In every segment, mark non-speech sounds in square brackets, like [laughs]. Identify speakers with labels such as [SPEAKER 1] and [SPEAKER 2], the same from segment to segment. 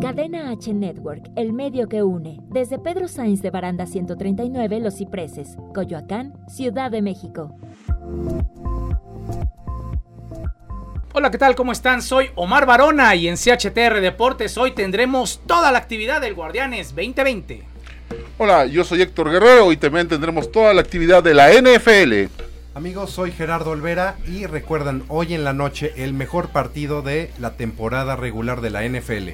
[SPEAKER 1] Cadena H Network, el medio que une, desde Pedro Sainz de Baranda 139, Los Cipreses, Coyoacán, Ciudad de México.
[SPEAKER 2] Hola, ¿qué tal? ¿Cómo están? Soy Omar Barona y en CHTR Deportes hoy tendremos toda la actividad del Guardianes 2020.
[SPEAKER 3] Hola, yo soy Héctor Guerrero y también tendremos toda la actividad de la NFL.
[SPEAKER 4] Amigos, soy Gerardo Olvera y recuerdan hoy en la noche el mejor partido de la temporada regular de la NFL.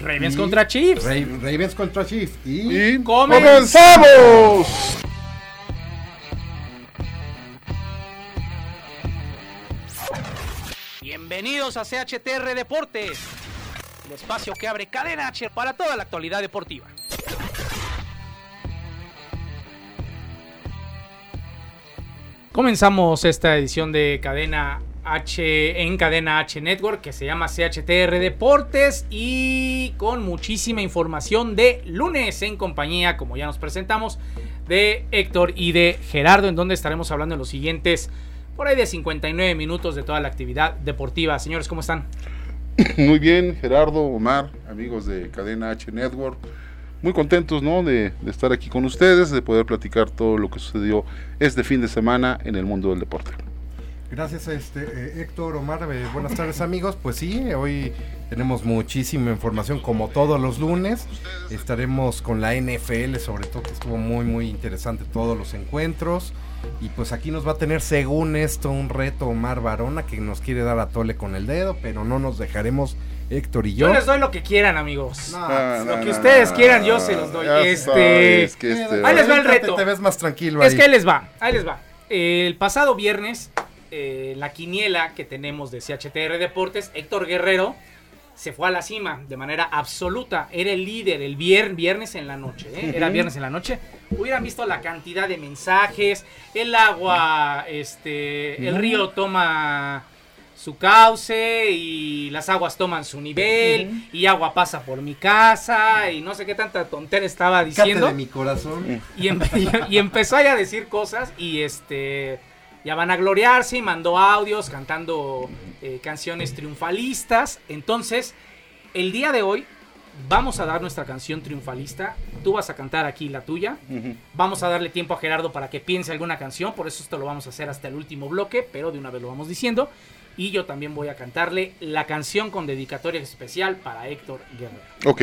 [SPEAKER 2] Ravens
[SPEAKER 4] Y-
[SPEAKER 2] contra Chiefs.
[SPEAKER 4] Ra- Ravens contra Chiefs y...
[SPEAKER 2] Mm,
[SPEAKER 3] Y
[SPEAKER 2] ¡Comenzamos!
[SPEAKER 3] comenzamos. [laughs]
[SPEAKER 2] Bienvenidos a CHTR Deportes, el espacio que abre Cadena H para toda la actualidad deportiva. Comenzamos esta edición de Cadena H en Cadena H Network que se llama CHTR Deportes y con muchísima información de lunes en compañía, como ya nos presentamos, de Héctor y de Gerardo, en donde estaremos hablando en los siguientes por ahí de 59 minutos de toda la actividad deportiva. Señores, ¿cómo están?
[SPEAKER 3] Muy bien, Gerardo, Omar, amigos de Cadena H Network. Muy contentos, ¿no? De, de estar aquí con ustedes, de poder platicar todo lo que sucedió este fin de semana en el mundo del deporte.
[SPEAKER 4] Gracias este, eh, Héctor, Omar, eh, buenas tardes amigos. Pues sí, eh, hoy tenemos muchísima información como todos los lunes. Estaremos con la NFL sobre todo, que estuvo muy muy interesante todos los encuentros. Y pues aquí nos va a tener según esto un reto Omar Barona que nos quiere dar a tole con el dedo, pero no nos dejaremos Héctor y yo.
[SPEAKER 2] Yo les doy lo que quieran, amigos.
[SPEAKER 4] No,
[SPEAKER 3] Ah,
[SPEAKER 2] lo
[SPEAKER 3] no,
[SPEAKER 2] que
[SPEAKER 3] no,
[SPEAKER 2] ustedes
[SPEAKER 3] no,
[SPEAKER 2] quieran, yo
[SPEAKER 3] no,
[SPEAKER 2] se los doy.
[SPEAKER 3] ya
[SPEAKER 2] Este-
[SPEAKER 3] sabes que este-
[SPEAKER 2] Ahí les va el
[SPEAKER 4] Ahorita te-
[SPEAKER 2] reto.
[SPEAKER 4] Te, ves más tranquilo
[SPEAKER 2] Es
[SPEAKER 4] ahí.
[SPEAKER 2] que ahí les va, ahí les va. El pasado viernes, eh, la quiniela que tenemos de CHTR Deportes, Héctor Guerrero se fue a la cima de manera absoluta. Era el líder el vier- viernes en la noche. ¿eh? Era viernes en la noche. Hubieran visto la cantidad de mensajes. El agua, este, el río toma su cauce y las aguas toman su nivel y agua pasa por mi casa y no sé qué tanta tontera estaba
[SPEAKER 4] Cate
[SPEAKER 2] diciendo
[SPEAKER 4] de mi corazón.
[SPEAKER 2] y, em- [laughs] y empezó ahí a decir cosas y este ya van a gloriarse y mandó audios cantando eh, canciones triunfalistas entonces el día de hoy vamos a dar nuestra canción triunfalista tú vas a cantar aquí la tuya
[SPEAKER 3] Ujú.
[SPEAKER 2] vamos a darle tiempo a Gerardo para que piense alguna canción por eso esto lo vamos a hacer hasta el último bloque pero de una vez lo vamos diciendo y yo también voy a cantarle la canción con dedicatoria especial para Héctor Guerrero
[SPEAKER 3] Ok,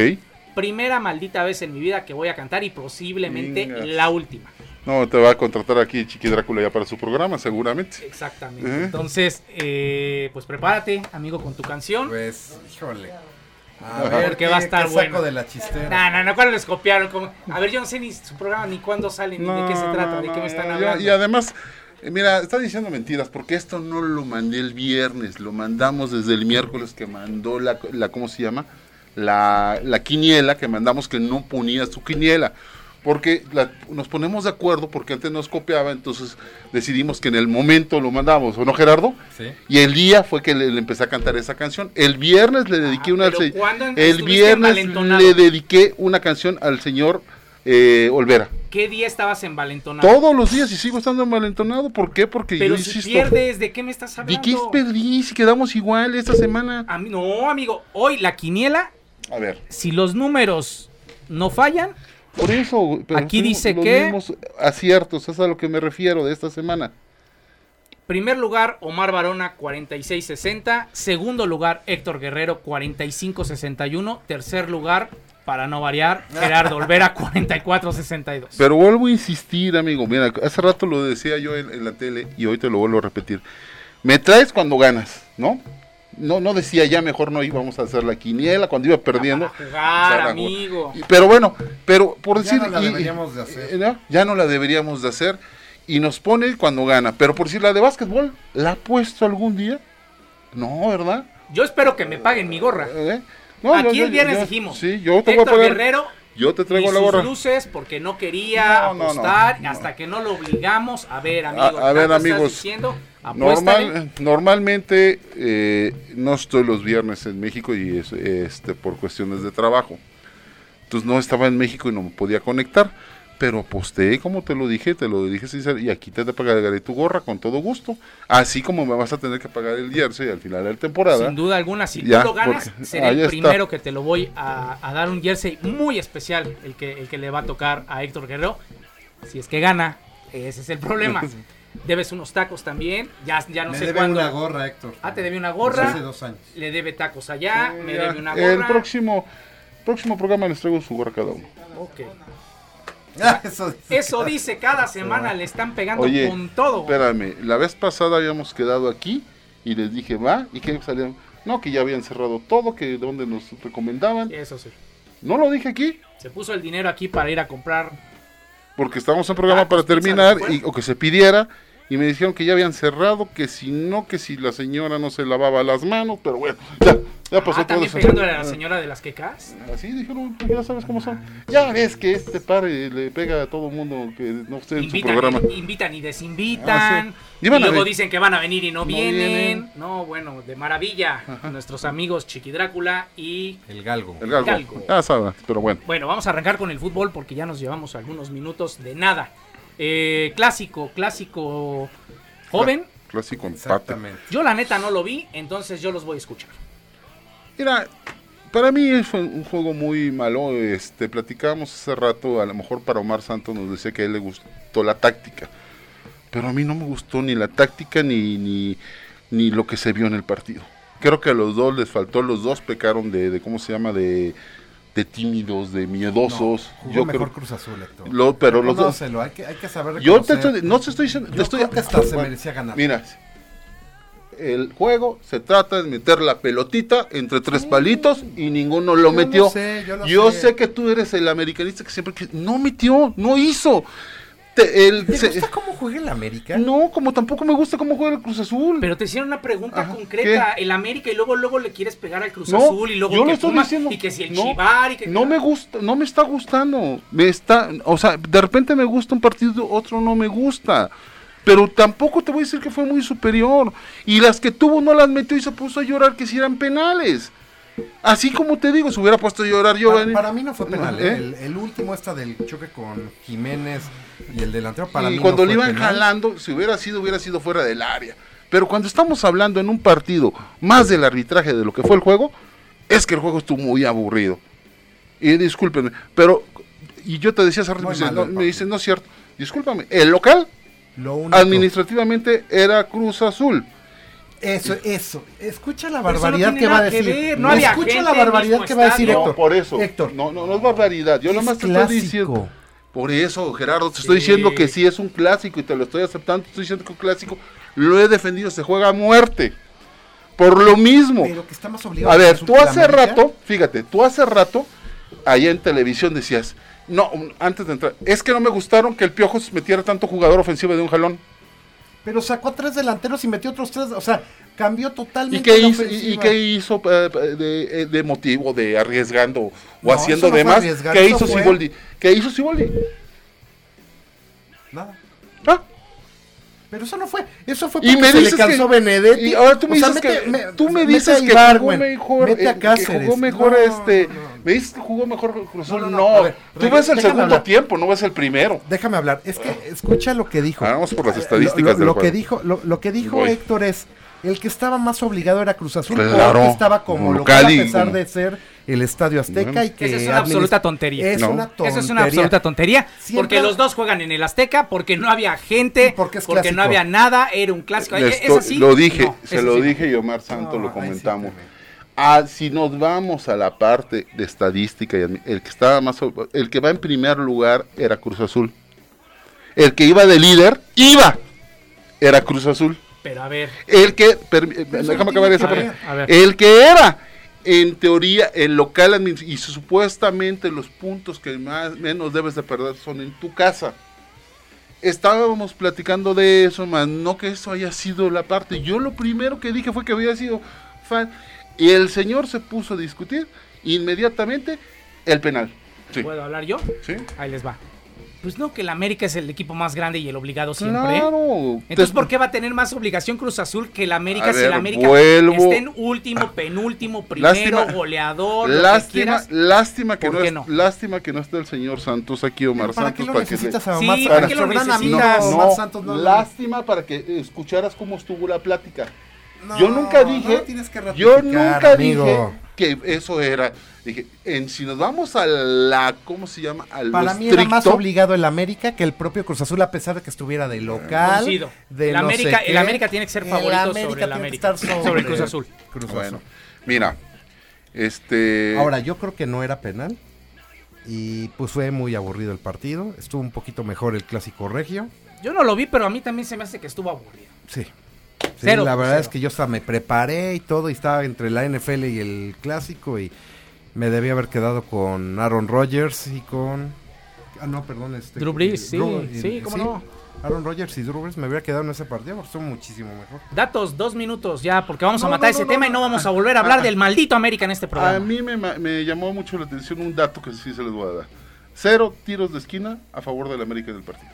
[SPEAKER 2] primera maldita vez en mi vida que voy a cantar y posiblemente
[SPEAKER 3] Ingas.
[SPEAKER 2] la última.
[SPEAKER 3] no, te va a contratar aquí Chiqui Drácula ya para su programa, seguramente.
[SPEAKER 2] Exactamente.
[SPEAKER 3] Ujú.
[SPEAKER 2] Entonces, eh, pues prepárate, amigo, con tu canción.
[SPEAKER 4] Pues, híjole. A
[SPEAKER 3] Ajá.
[SPEAKER 4] ver,
[SPEAKER 2] Porque va a
[SPEAKER 4] qué-
[SPEAKER 2] estar
[SPEAKER 4] qué saco
[SPEAKER 2] bueno.
[SPEAKER 4] de la chistera.
[SPEAKER 2] No, no, no, ¿cuál les copiaron? ¿Cómo? A ver, yo no sé ni su programa, ni cuándo sale, ni de qué se
[SPEAKER 3] No,
[SPEAKER 2] trata,
[SPEAKER 3] no,
[SPEAKER 2] de qué
[SPEAKER 3] no,
[SPEAKER 2] me están
[SPEAKER 3] ya-
[SPEAKER 2] hablando.
[SPEAKER 3] Y además, eh, mira, está diciendo mentiras porque esto no lo mandé el viernes, lo mandamos desde el miércoles que mandó la, la ¿cómo se llama? La, la quiniela que mandamos que no ponía su quiniela. Porque la- nos ponemos de acuerdo porque antes nos copiaba, entonces decidimos que en el momento lo mandamos, ¿o no, Gerardo?
[SPEAKER 4] Sí.
[SPEAKER 3] Y el día fue que le, le empecé a cantar esa canción. El viernes le dediqué
[SPEAKER 2] Ah,
[SPEAKER 3] una al
[SPEAKER 2] pero
[SPEAKER 3] se-
[SPEAKER 2] ¿cuándo
[SPEAKER 3] El
[SPEAKER 2] estuviste
[SPEAKER 3] viernes
[SPEAKER 2] envalentonado?
[SPEAKER 3] le dediqué una canción al señor eh, Olvera.
[SPEAKER 2] ¿Qué día estabas envalentonado?
[SPEAKER 3] Todos los días y sigo estando malentonado. ¿Por qué? Porque
[SPEAKER 2] Pero
[SPEAKER 3] yo
[SPEAKER 2] si
[SPEAKER 3] insisto.
[SPEAKER 2] pierdes, ¿de qué me estás
[SPEAKER 3] ¿De qué
[SPEAKER 2] hablando?
[SPEAKER 3] perdí? Si quedamos igual esta semana.
[SPEAKER 2] A mí- no, amigo, hoy la quiniela,
[SPEAKER 3] A ver.
[SPEAKER 2] si los números no fallan,
[SPEAKER 3] Por eso. güey, pero
[SPEAKER 2] Aquí
[SPEAKER 3] son
[SPEAKER 2] dice
[SPEAKER 3] los
[SPEAKER 2] que-
[SPEAKER 3] mismos aciertos. Es a lo que me refiero de esta semana.
[SPEAKER 2] Primer lugar, Omar Barona, 46-60. Segundo lugar, Héctor Guerrero, 45-61. Tercer lugar, para no variar, Gerardo Olvera, 44-62.
[SPEAKER 3] Pero vuelvo a insistir, amigo. Mira, hace rato lo decía yo en, en la tele y hoy te lo vuelvo a repetir. Me traes cuando ganas, ¿no? No, no decía ya mejor no íbamos a hacer la quiniela cuando iba perdiendo.
[SPEAKER 2] Para jugar,
[SPEAKER 3] Para
[SPEAKER 2] amigo.
[SPEAKER 3] Y- Pero bueno, pero por
[SPEAKER 4] Ya
[SPEAKER 3] decir.
[SPEAKER 4] no la
[SPEAKER 3] y-
[SPEAKER 4] deberíamos de hacer.
[SPEAKER 3] eh, ¿no? Ya no la deberíamos de hacer. Y nos pone cuando gana. Pero por decir la de básquetbol, ¿la ha puesto algún día? No, ¿verdad?
[SPEAKER 2] Yo espero que me paguen mi gorra.
[SPEAKER 3] Eh, no,
[SPEAKER 2] Aquí
[SPEAKER 3] yo-
[SPEAKER 2] el viernes
[SPEAKER 3] yo-
[SPEAKER 2] dijimos.
[SPEAKER 3] Sí, yo te voy a
[SPEAKER 2] Héctor
[SPEAKER 3] pagar.
[SPEAKER 2] Guerrero.
[SPEAKER 3] yo te
[SPEAKER 2] Y
[SPEAKER 3] traigo la
[SPEAKER 2] sus
[SPEAKER 3] gorra.
[SPEAKER 2] luces porque no quería
[SPEAKER 3] No, no, no,
[SPEAKER 2] apostar
[SPEAKER 3] no.
[SPEAKER 2] hasta que no lo obligamos a ver amigos
[SPEAKER 3] a ver,
[SPEAKER 2] tanto estás
[SPEAKER 3] amigos,
[SPEAKER 2] diciendo, ¿eh? apuéstale.
[SPEAKER 3] Normal, normalmente eh, no estoy los viernes en México y es, este por cuestiones de trabajo. Entonces no estaba en México y no me podía conectar. pero aposté, como te lo dije, te lo dije César, y aquí te pagaré tu gorra con todo gusto. Así como me vas a tener que pagar el jersey al final de la temporada.
[SPEAKER 2] Sin duda alguna, si
[SPEAKER 3] ¿eh? Ya,
[SPEAKER 2] tú lo ganas,
[SPEAKER 3] porque-
[SPEAKER 2] seré
[SPEAKER 3] ahí
[SPEAKER 2] el
[SPEAKER 3] está.
[SPEAKER 2] primero que te lo voy a, a dar un jersey muy especial, el que, el que le va a tocar a Héctor Guerrero. Si es que gana, ese es el
[SPEAKER 3] [laughs]
[SPEAKER 2] problema. Debes unos tacos también, ya, ya no
[SPEAKER 4] me
[SPEAKER 2] sé
[SPEAKER 4] debe
[SPEAKER 2] cuándo.
[SPEAKER 4] una gorra, Héctor.
[SPEAKER 2] Ah, te debe una
[SPEAKER 4] Desde
[SPEAKER 2] gorra,
[SPEAKER 4] Hace dos años.
[SPEAKER 2] le debe tacos allá, me debe una gorra.
[SPEAKER 3] el próximo, próximo programa les traigo su gorra a cada uno.
[SPEAKER 2] Ok.
[SPEAKER 4] [laughs] Ah, eso dice.
[SPEAKER 2] Eso dice, cada semana le están pegando
[SPEAKER 3] Oye,
[SPEAKER 2] con todo.
[SPEAKER 3] espérame, la vez pasada habíamos quedado aquí y les dije, va, y que salían, no, que ya habían cerrado todo, que donde nos recomendaban.
[SPEAKER 2] Eso sí.
[SPEAKER 3] No lo dije aquí,
[SPEAKER 2] Se puso el dinero aquí para ir a comprar.
[SPEAKER 3] porque estábamos en
[SPEAKER 2] Ah,
[SPEAKER 3] programa para
[SPEAKER 2] pues,
[SPEAKER 3] terminar, y, o que se pidiera, y me dijeron que ya habían cerrado, que si no, que si la señora no se lavaba las manos, pero bueno, ya, ya pasó
[SPEAKER 2] Ah,
[SPEAKER 3] todo
[SPEAKER 2] también
[SPEAKER 3] eso.
[SPEAKER 2] pegándole a la señora de las quecas.
[SPEAKER 3] Así dijeron, pues ya sabes cómo son. Ya ves que este par eh, le pega a todo mundo que no esté en su
[SPEAKER 2] Invitan,
[SPEAKER 3] programa.
[SPEAKER 2] y- invitan y desinvitan.
[SPEAKER 3] Ah, sí.
[SPEAKER 2] Y,
[SPEAKER 3] Iban a
[SPEAKER 2] luego
[SPEAKER 3] ven-
[SPEAKER 2] dicen que van a venir y no,
[SPEAKER 3] No
[SPEAKER 2] vienen.
[SPEAKER 3] vienen.
[SPEAKER 2] No, bueno, de maravilla. Nuestros amigos Chiqui Drácula y.
[SPEAKER 4] El galgo.
[SPEAKER 3] El galgo.
[SPEAKER 2] Galgo.
[SPEAKER 3] Ah, sabe, pero bueno.
[SPEAKER 2] Bueno, vamos a arrancar con el fútbol porque ya nos llevamos algunos minutos de nada. Eh, clásico, clásico joven.
[SPEAKER 3] Clásico empate.
[SPEAKER 4] Exactamente.
[SPEAKER 2] Yo la neta no lo vi, entonces yo los voy a escuchar.
[SPEAKER 3] Mira, para mí fue un juego muy malo. Este, platicábamos hace rato, a lo mejor para Omar Santos nos decía que a él le gustó la táctica. Pero a mí no me gustó ni la táctica ni, ni, ni lo que se vio en el partido. Creo que a los dos les faltó, los dos pecaron de, de ¿cómo se llama? De, de tímidos, de miedosos.
[SPEAKER 4] No, jugó
[SPEAKER 3] yo
[SPEAKER 4] mejor
[SPEAKER 3] creo,
[SPEAKER 4] Cruz Azul, Héctor.
[SPEAKER 3] lo- pero los dos,
[SPEAKER 4] Reconócelo, hay que, hay que saber
[SPEAKER 3] Yo te
[SPEAKER 4] reconocer.
[SPEAKER 3] estoy, no te estoy diciendo, te
[SPEAKER 4] Yo
[SPEAKER 3] estoy-
[SPEAKER 4] creo que hasta se
[SPEAKER 3] Bueno,
[SPEAKER 4] merecía ganar.
[SPEAKER 3] Mira, el juego se trata de meter la pelotita entre tres palitos y ninguno lo
[SPEAKER 4] Yo
[SPEAKER 3] metió.
[SPEAKER 4] lo sé, yo lo sé.
[SPEAKER 3] que tú eres el americanista que siempre que no metió, no hizo. Te- el-
[SPEAKER 4] ¿Te
[SPEAKER 3] se-
[SPEAKER 4] gusta cómo juega el América?
[SPEAKER 3] no, como tampoco me gusta cómo juega el Cruz Azul.
[SPEAKER 2] Pero te hicieron una pregunta
[SPEAKER 3] Ajá,
[SPEAKER 2] concreta, el América y luego luego le quieres pegar al Cruz
[SPEAKER 3] No,
[SPEAKER 2] Azul y luego
[SPEAKER 3] yo
[SPEAKER 2] que
[SPEAKER 3] lo estoy
[SPEAKER 2] Pumas,
[SPEAKER 3] diciendo.
[SPEAKER 2] y que si el
[SPEAKER 3] No,
[SPEAKER 2] Chivar y que
[SPEAKER 3] no me gusta, no me está gustando. Me está, o sea, de repente me gusta un partido, otro no me gusta. Pero tampoco te voy a decir que fue muy superior. Y las que tuvo no las metió y se puso a llorar que si eran penales. Así como te digo, se hubiera puesto a llorar yo.
[SPEAKER 4] Para,
[SPEAKER 3] eh,
[SPEAKER 4] para mí no fue penal.
[SPEAKER 3] ¿eh?
[SPEAKER 4] El, el último esta del choque con Jiménez y el delantero para
[SPEAKER 3] y
[SPEAKER 4] mí
[SPEAKER 3] cuando
[SPEAKER 4] no
[SPEAKER 3] le
[SPEAKER 4] fue
[SPEAKER 3] iban
[SPEAKER 4] penal.
[SPEAKER 3] jalando, si hubiera sido, hubiera sido fuera del área. Pero cuando estamos hablando en un partido más del arbitraje de lo que fue el juego, es que el juego estuvo muy aburrido. Y discúlpenme, pero. Y yo te decía hace rato,
[SPEAKER 4] Muy
[SPEAKER 3] me dice,
[SPEAKER 4] malo
[SPEAKER 3] no,
[SPEAKER 4] el
[SPEAKER 3] me
[SPEAKER 4] partido.
[SPEAKER 3] dicen, no es cierto. Discúlpame, el local
[SPEAKER 4] Lo único-
[SPEAKER 3] administrativamente era Cruz Azul.
[SPEAKER 4] Eso, eso. Escucha la
[SPEAKER 2] Pero eso no
[SPEAKER 4] barbaridad
[SPEAKER 2] tiene
[SPEAKER 4] que va a
[SPEAKER 2] nada que
[SPEAKER 4] decir.
[SPEAKER 2] ver, no había
[SPEAKER 4] Escucha
[SPEAKER 2] gente
[SPEAKER 4] la
[SPEAKER 2] en el
[SPEAKER 4] barbaridad
[SPEAKER 2] mismo
[SPEAKER 4] que va a decir
[SPEAKER 2] estadio.
[SPEAKER 4] Héctor.
[SPEAKER 3] por eso.
[SPEAKER 4] Héctor.
[SPEAKER 3] No, no, no es barbaridad. Yo
[SPEAKER 4] Es
[SPEAKER 3] nomás te
[SPEAKER 4] clásico.
[SPEAKER 3] estoy diciendo. Por eso, Gerardo, te estoy diciendo que sí es un clásico y te lo estoy aceptando. Te estoy diciendo que un clásico lo he defendido, se juega a muerte. Por lo mismo.
[SPEAKER 4] Pero que está más obligado.
[SPEAKER 3] A ver,
[SPEAKER 4] Cruz
[SPEAKER 3] tú
[SPEAKER 4] Azul que
[SPEAKER 3] hace
[SPEAKER 4] la América.
[SPEAKER 3] rato, fíjate, tú hace rato, allá en televisión decías, no, un- antes de entrar, es que no me gustaron que el Piojo metiera tanto jugador ofensivo de un jalón.
[SPEAKER 4] Pero sacó a tres delanteros y metió otros tres. O sea, cambió totalmente.
[SPEAKER 3] ¿Y qué
[SPEAKER 4] la
[SPEAKER 3] hizo, y- y,
[SPEAKER 4] Pues ofensiva.
[SPEAKER 3] qué hizo eh, de, eh, de motivo, de arriesgando o
[SPEAKER 4] No, eso
[SPEAKER 3] haciendo
[SPEAKER 4] no fue
[SPEAKER 3] de más?
[SPEAKER 4] arriesgar,
[SPEAKER 3] ¿Qué
[SPEAKER 4] eso
[SPEAKER 3] hizo
[SPEAKER 4] fue-
[SPEAKER 3] Siboldi? ¿Qué hizo Siboldi?
[SPEAKER 4] Nada.
[SPEAKER 3] Ah,
[SPEAKER 4] Pero eso no fue. Eso
[SPEAKER 3] [laughs]
[SPEAKER 4] fue
[SPEAKER 3] Y
[SPEAKER 4] porque
[SPEAKER 3] me
[SPEAKER 4] se le
[SPEAKER 3] dices que-
[SPEAKER 4] cansó Benedetti.
[SPEAKER 3] y ahora tú me
[SPEAKER 4] O sea,
[SPEAKER 3] dices
[SPEAKER 4] mete-
[SPEAKER 3] que
[SPEAKER 4] me-
[SPEAKER 3] tú me
[SPEAKER 4] mete
[SPEAKER 3] dices
[SPEAKER 4] a
[SPEAKER 3] que jugó
[SPEAKER 4] Ibargüen,
[SPEAKER 3] mejor,
[SPEAKER 4] mete a
[SPEAKER 3] eh, que
[SPEAKER 4] Cáceres.
[SPEAKER 3] jugó mejor
[SPEAKER 4] No,
[SPEAKER 3] este,
[SPEAKER 4] no, no.
[SPEAKER 3] me dices que jugó mejor Cruz Azul.
[SPEAKER 4] No,
[SPEAKER 3] No,
[SPEAKER 4] no, no, a ver,
[SPEAKER 3] tú
[SPEAKER 4] regre-
[SPEAKER 3] ves el
[SPEAKER 4] déjame
[SPEAKER 3] segundo
[SPEAKER 4] hablar.
[SPEAKER 3] tiempo, no ves el primero.
[SPEAKER 4] Déjame hablar. Es que escucha lo que dijo. Eh,
[SPEAKER 3] Ah, vamos por las estadísticas
[SPEAKER 4] Lo, lo-
[SPEAKER 3] del
[SPEAKER 4] lo
[SPEAKER 3] juego.
[SPEAKER 4] que dijo, lo, lo que dijo
[SPEAKER 3] Voy.
[SPEAKER 4] Héctor es el que estaba más obligado era Cruz Azul
[SPEAKER 3] Claro,
[SPEAKER 4] porque estaba como
[SPEAKER 3] como
[SPEAKER 4] local,
[SPEAKER 3] local y
[SPEAKER 4] a pesar
[SPEAKER 3] como-
[SPEAKER 4] de ser el Estadio Azteca
[SPEAKER 3] Bueno.
[SPEAKER 4] y que
[SPEAKER 2] Esa es una absoluta
[SPEAKER 4] administ-
[SPEAKER 2] tontería.
[SPEAKER 4] Es
[SPEAKER 3] No.
[SPEAKER 4] una
[SPEAKER 2] Eso
[SPEAKER 4] tontería.
[SPEAKER 2] es una absoluta tontería,
[SPEAKER 4] Siempre-
[SPEAKER 2] porque los dos juegan en el Azteca, porque no había gente,
[SPEAKER 4] Y porque es
[SPEAKER 2] no
[SPEAKER 4] clásico.
[SPEAKER 2] había nada, era un clásico. Eh,
[SPEAKER 3] Le estoy-
[SPEAKER 2] ¿es así?
[SPEAKER 3] lo dije,
[SPEAKER 2] No,
[SPEAKER 3] se
[SPEAKER 2] eso
[SPEAKER 3] lo
[SPEAKER 2] sí.
[SPEAKER 3] dije y Omar Santo
[SPEAKER 4] No,
[SPEAKER 3] lo
[SPEAKER 4] ahí
[SPEAKER 3] comentamos.
[SPEAKER 4] sí te
[SPEAKER 3] Ah, si nos vamos a la parte de estadística, y admi- el que estaba más, o- el que va en primer lugar era Cruz Azul. El que iba de líder, iba, era Cruz Azul.
[SPEAKER 2] Pero a ver,
[SPEAKER 3] El que, permi- eh,
[SPEAKER 4] eso
[SPEAKER 3] déjame
[SPEAKER 4] no
[SPEAKER 3] acabar
[SPEAKER 4] tiene
[SPEAKER 3] esa
[SPEAKER 4] que
[SPEAKER 3] parte.
[SPEAKER 2] ver. A ver.
[SPEAKER 3] El que era, en teoría, el local admin- y supuestamente los puntos que más menos debes de perder son en tu casa. Estábamos platicando de eso, más no que eso haya sido la parte. Yo lo primero que dije fue que había sido fan. Y el señor se puso a discutir inmediatamente el penal. Sí,
[SPEAKER 2] ¿puedo hablar yo?
[SPEAKER 3] sí.
[SPEAKER 2] Ahí les va. Pues no, que el América es el equipo más grande y el obligado siempre. ¿eh?
[SPEAKER 3] Claro.
[SPEAKER 2] Entonces,
[SPEAKER 3] Te-
[SPEAKER 2] ¿por qué va a tener más obligación Cruz Azul que el América
[SPEAKER 3] A
[SPEAKER 2] si
[SPEAKER 3] ver,
[SPEAKER 2] el América
[SPEAKER 3] vuelvo.
[SPEAKER 2] está en último, penúltimo, primero,
[SPEAKER 3] Lástima.
[SPEAKER 2] goleador, lo que
[SPEAKER 3] Lástima,
[SPEAKER 2] quieras?
[SPEAKER 3] lástima que
[SPEAKER 2] ¿Por
[SPEAKER 3] no,
[SPEAKER 2] qué
[SPEAKER 3] es-
[SPEAKER 2] no?
[SPEAKER 3] lástima que no esté el señor Santos aquí, Omar
[SPEAKER 4] Pero ¿Para qué
[SPEAKER 3] Santos,
[SPEAKER 4] lo
[SPEAKER 3] para que
[SPEAKER 4] necesitas
[SPEAKER 3] le-
[SPEAKER 4] a
[SPEAKER 2] Sí,
[SPEAKER 4] Omar
[SPEAKER 2] ¿para
[SPEAKER 4] Santos?
[SPEAKER 2] qué lo
[SPEAKER 4] Gran amigo,
[SPEAKER 2] necesitas?
[SPEAKER 4] Omar
[SPEAKER 3] No,
[SPEAKER 4] Santos, no, no.
[SPEAKER 3] lástima para que escucharas cómo estuvo la plática.
[SPEAKER 4] No,
[SPEAKER 3] yo nunca
[SPEAKER 4] no
[SPEAKER 3] dije,
[SPEAKER 4] lo tienes que
[SPEAKER 3] yo
[SPEAKER 4] ratificar,
[SPEAKER 3] nunca
[SPEAKER 4] amigo.
[SPEAKER 3] dije que eso era. Dije, en, si nos vamos a la, ¿cómo se llama? A lo
[SPEAKER 4] Para mí era más
[SPEAKER 3] estricto,
[SPEAKER 4] obligado el América que el propio Cruz Azul, a pesar de que estuviera de local.
[SPEAKER 2] Coincido.
[SPEAKER 4] De
[SPEAKER 2] El
[SPEAKER 4] no
[SPEAKER 2] América-
[SPEAKER 4] sé qué.
[SPEAKER 2] el América tiene que ser favorito sobre el
[SPEAKER 4] tiene que
[SPEAKER 2] América,
[SPEAKER 4] estar
[SPEAKER 2] sobre el Cruz Azul.
[SPEAKER 4] Cruz Azul.
[SPEAKER 3] Bueno, mira, este.
[SPEAKER 4] Ahora, yo creo que no era penal. Y pues fue muy aburrido el partido. Estuvo un poquito mejor el clásico regio.
[SPEAKER 2] Yo no lo vi, pero a mí también se me hace que estuvo aburrido.
[SPEAKER 4] Sí. Sí,
[SPEAKER 2] Cero
[SPEAKER 4] la
[SPEAKER 2] por
[SPEAKER 4] verdad
[SPEAKER 2] cero.
[SPEAKER 4] es que yo hasta me preparé y todo, y estaba entre la NFL y el clásico, y me debía haber quedado con Aaron Rodgers y con... Ah, no, perdón, este...
[SPEAKER 2] Drew Brees, sí,
[SPEAKER 4] Drew- y-
[SPEAKER 2] sí, cómo no.
[SPEAKER 4] Aaron Rodgers y Drew Brees me hubiera quedado en ese partido, porque son muchísimo mejor.
[SPEAKER 2] Datos, dos minutos ya, porque vamos a
[SPEAKER 4] No,
[SPEAKER 2] matar
[SPEAKER 4] no,
[SPEAKER 2] ese
[SPEAKER 4] no,
[SPEAKER 2] tema
[SPEAKER 4] no, Ah,
[SPEAKER 2] y no vamos a volver a hablar del maldito América en este programa.
[SPEAKER 3] A mí me, ma- me llamó mucho la atención un dato que sí se les voy a dar. Cero tiros de esquina a favor del América del partido.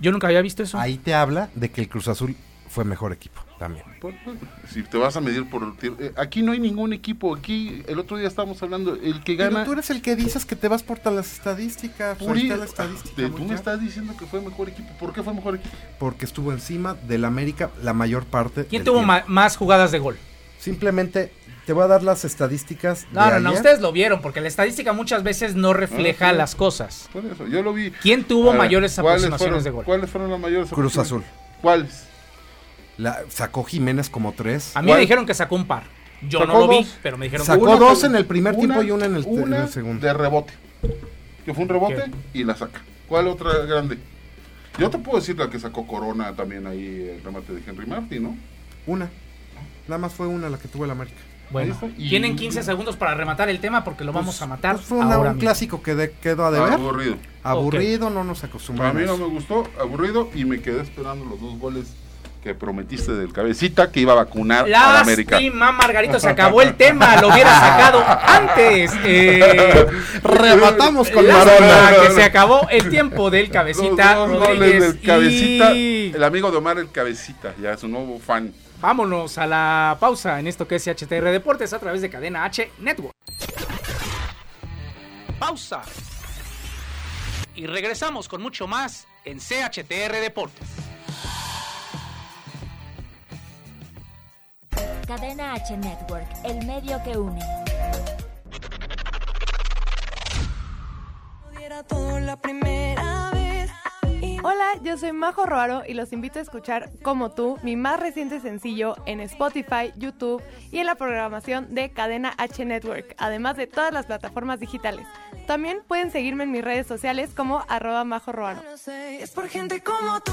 [SPEAKER 2] Yo nunca había visto eso.
[SPEAKER 4] Ahí te habla de que el Cruz Azul fue mejor equipo también.
[SPEAKER 2] Pues,
[SPEAKER 3] Por- Si te vas a medir por tiro- eh, aquí no hay ningún equipo. Aquí el otro día estábamos hablando el que
[SPEAKER 4] Pero
[SPEAKER 3] gana.
[SPEAKER 4] tú eres el que dices que te vas por todas las estadísticas.
[SPEAKER 3] Puri-
[SPEAKER 4] ahí está la estadística,
[SPEAKER 3] Te-
[SPEAKER 4] muy
[SPEAKER 3] tú me
[SPEAKER 4] clara.
[SPEAKER 3] estás diciendo que fue mejor equipo. ¿Por qué fue mejor equipo?
[SPEAKER 4] Porque estuvo encima del América la mayor parte.
[SPEAKER 2] ¿Quién
[SPEAKER 4] del
[SPEAKER 2] tuvo
[SPEAKER 4] tiempo.
[SPEAKER 2] ma- más jugadas de gol?
[SPEAKER 4] Simplemente te voy a dar las estadísticas.
[SPEAKER 2] No,
[SPEAKER 4] de
[SPEAKER 2] no, no,
[SPEAKER 4] ayer.
[SPEAKER 2] ustedes lo vieron, porque la estadística muchas veces no refleja
[SPEAKER 3] Ah, sí.
[SPEAKER 2] las cosas.
[SPEAKER 3] Por eso, yo lo vi.
[SPEAKER 2] ¿Quién tuvo
[SPEAKER 3] A ver,
[SPEAKER 2] mayores
[SPEAKER 3] ¿cuáles
[SPEAKER 2] aproximaciones
[SPEAKER 3] fueron-
[SPEAKER 2] de gol?
[SPEAKER 3] ¿Cuáles fueron las mayores
[SPEAKER 4] Cruz Azul.
[SPEAKER 3] aproximaciones? ¿Cuáles?
[SPEAKER 4] La, sacó Jiménez como tres.
[SPEAKER 2] A mí
[SPEAKER 3] ¿Cuál?
[SPEAKER 2] me dijeron que sacó un par. Yo no
[SPEAKER 3] Sacó
[SPEAKER 2] lo vi,
[SPEAKER 3] dos.
[SPEAKER 2] pero me dijeron
[SPEAKER 4] Sacó
[SPEAKER 2] que
[SPEAKER 3] Una
[SPEAKER 4] dos
[SPEAKER 3] con-
[SPEAKER 4] en el primer tiempo y una en el te- en el
[SPEAKER 3] una
[SPEAKER 4] segundo.
[SPEAKER 3] De rebote. Que fue un rebote y la saca. ¿Cuál otra grande? Yo te puedo decir la que sacó Corona también ahí, el remate de Henry Martin, ¿no?
[SPEAKER 4] Una. Nada más fue una la que tuvo el América.
[SPEAKER 2] Bueno,
[SPEAKER 3] Ahí está. Y-
[SPEAKER 2] tienen 15 segundos para rematar el tema porque lo vamos a matar.
[SPEAKER 4] Pues fue una-
[SPEAKER 2] ahora
[SPEAKER 4] un
[SPEAKER 2] mismo.
[SPEAKER 4] clásico que de- quedó a deber. Aburrido,
[SPEAKER 3] Aburrido.
[SPEAKER 4] no nos
[SPEAKER 3] A
[SPEAKER 4] acostumbramos.
[SPEAKER 3] mí no me gustó, aburrido, y me quedé esperando los dos goles que prometiste del cabecita que iba a vacunar al América.
[SPEAKER 2] Lástima, Margarito, se acabó el tema, lo hubiera sacado antes.
[SPEAKER 3] [laughs]
[SPEAKER 2] Eh,
[SPEAKER 4] Rematamos con
[SPEAKER 3] Lástima.
[SPEAKER 4] Maradona.
[SPEAKER 2] lástima
[SPEAKER 3] no,
[SPEAKER 2] que
[SPEAKER 3] no.
[SPEAKER 2] se acabó el tiempo del cabecita
[SPEAKER 3] Los dos goles
[SPEAKER 2] Rodríguez
[SPEAKER 3] del cabecita,
[SPEAKER 2] y-
[SPEAKER 3] el amigo de Omar el cabecita, ya es un nuevo fan.
[SPEAKER 2] Vámonos a la pausa en esto que es HTR Deportes a través de Cadena H Network. Pausa. Y regresamos con mucho más en CHTR Deportes.
[SPEAKER 1] Cadena H Network, el medio que une.
[SPEAKER 5] Pudiera todo la primera vez. Y
[SPEAKER 6] Hola, yo soy Majo Roaro y los invito a escuchar Como tú, mi más reciente sencillo en Spotify, YouTube y en la programación de Cadena H Network, además de todas las plataformas digitales. También pueden seguirme en mis redes sociales como arroba Majo Roaro.
[SPEAKER 5] no sé, es por gente como tú.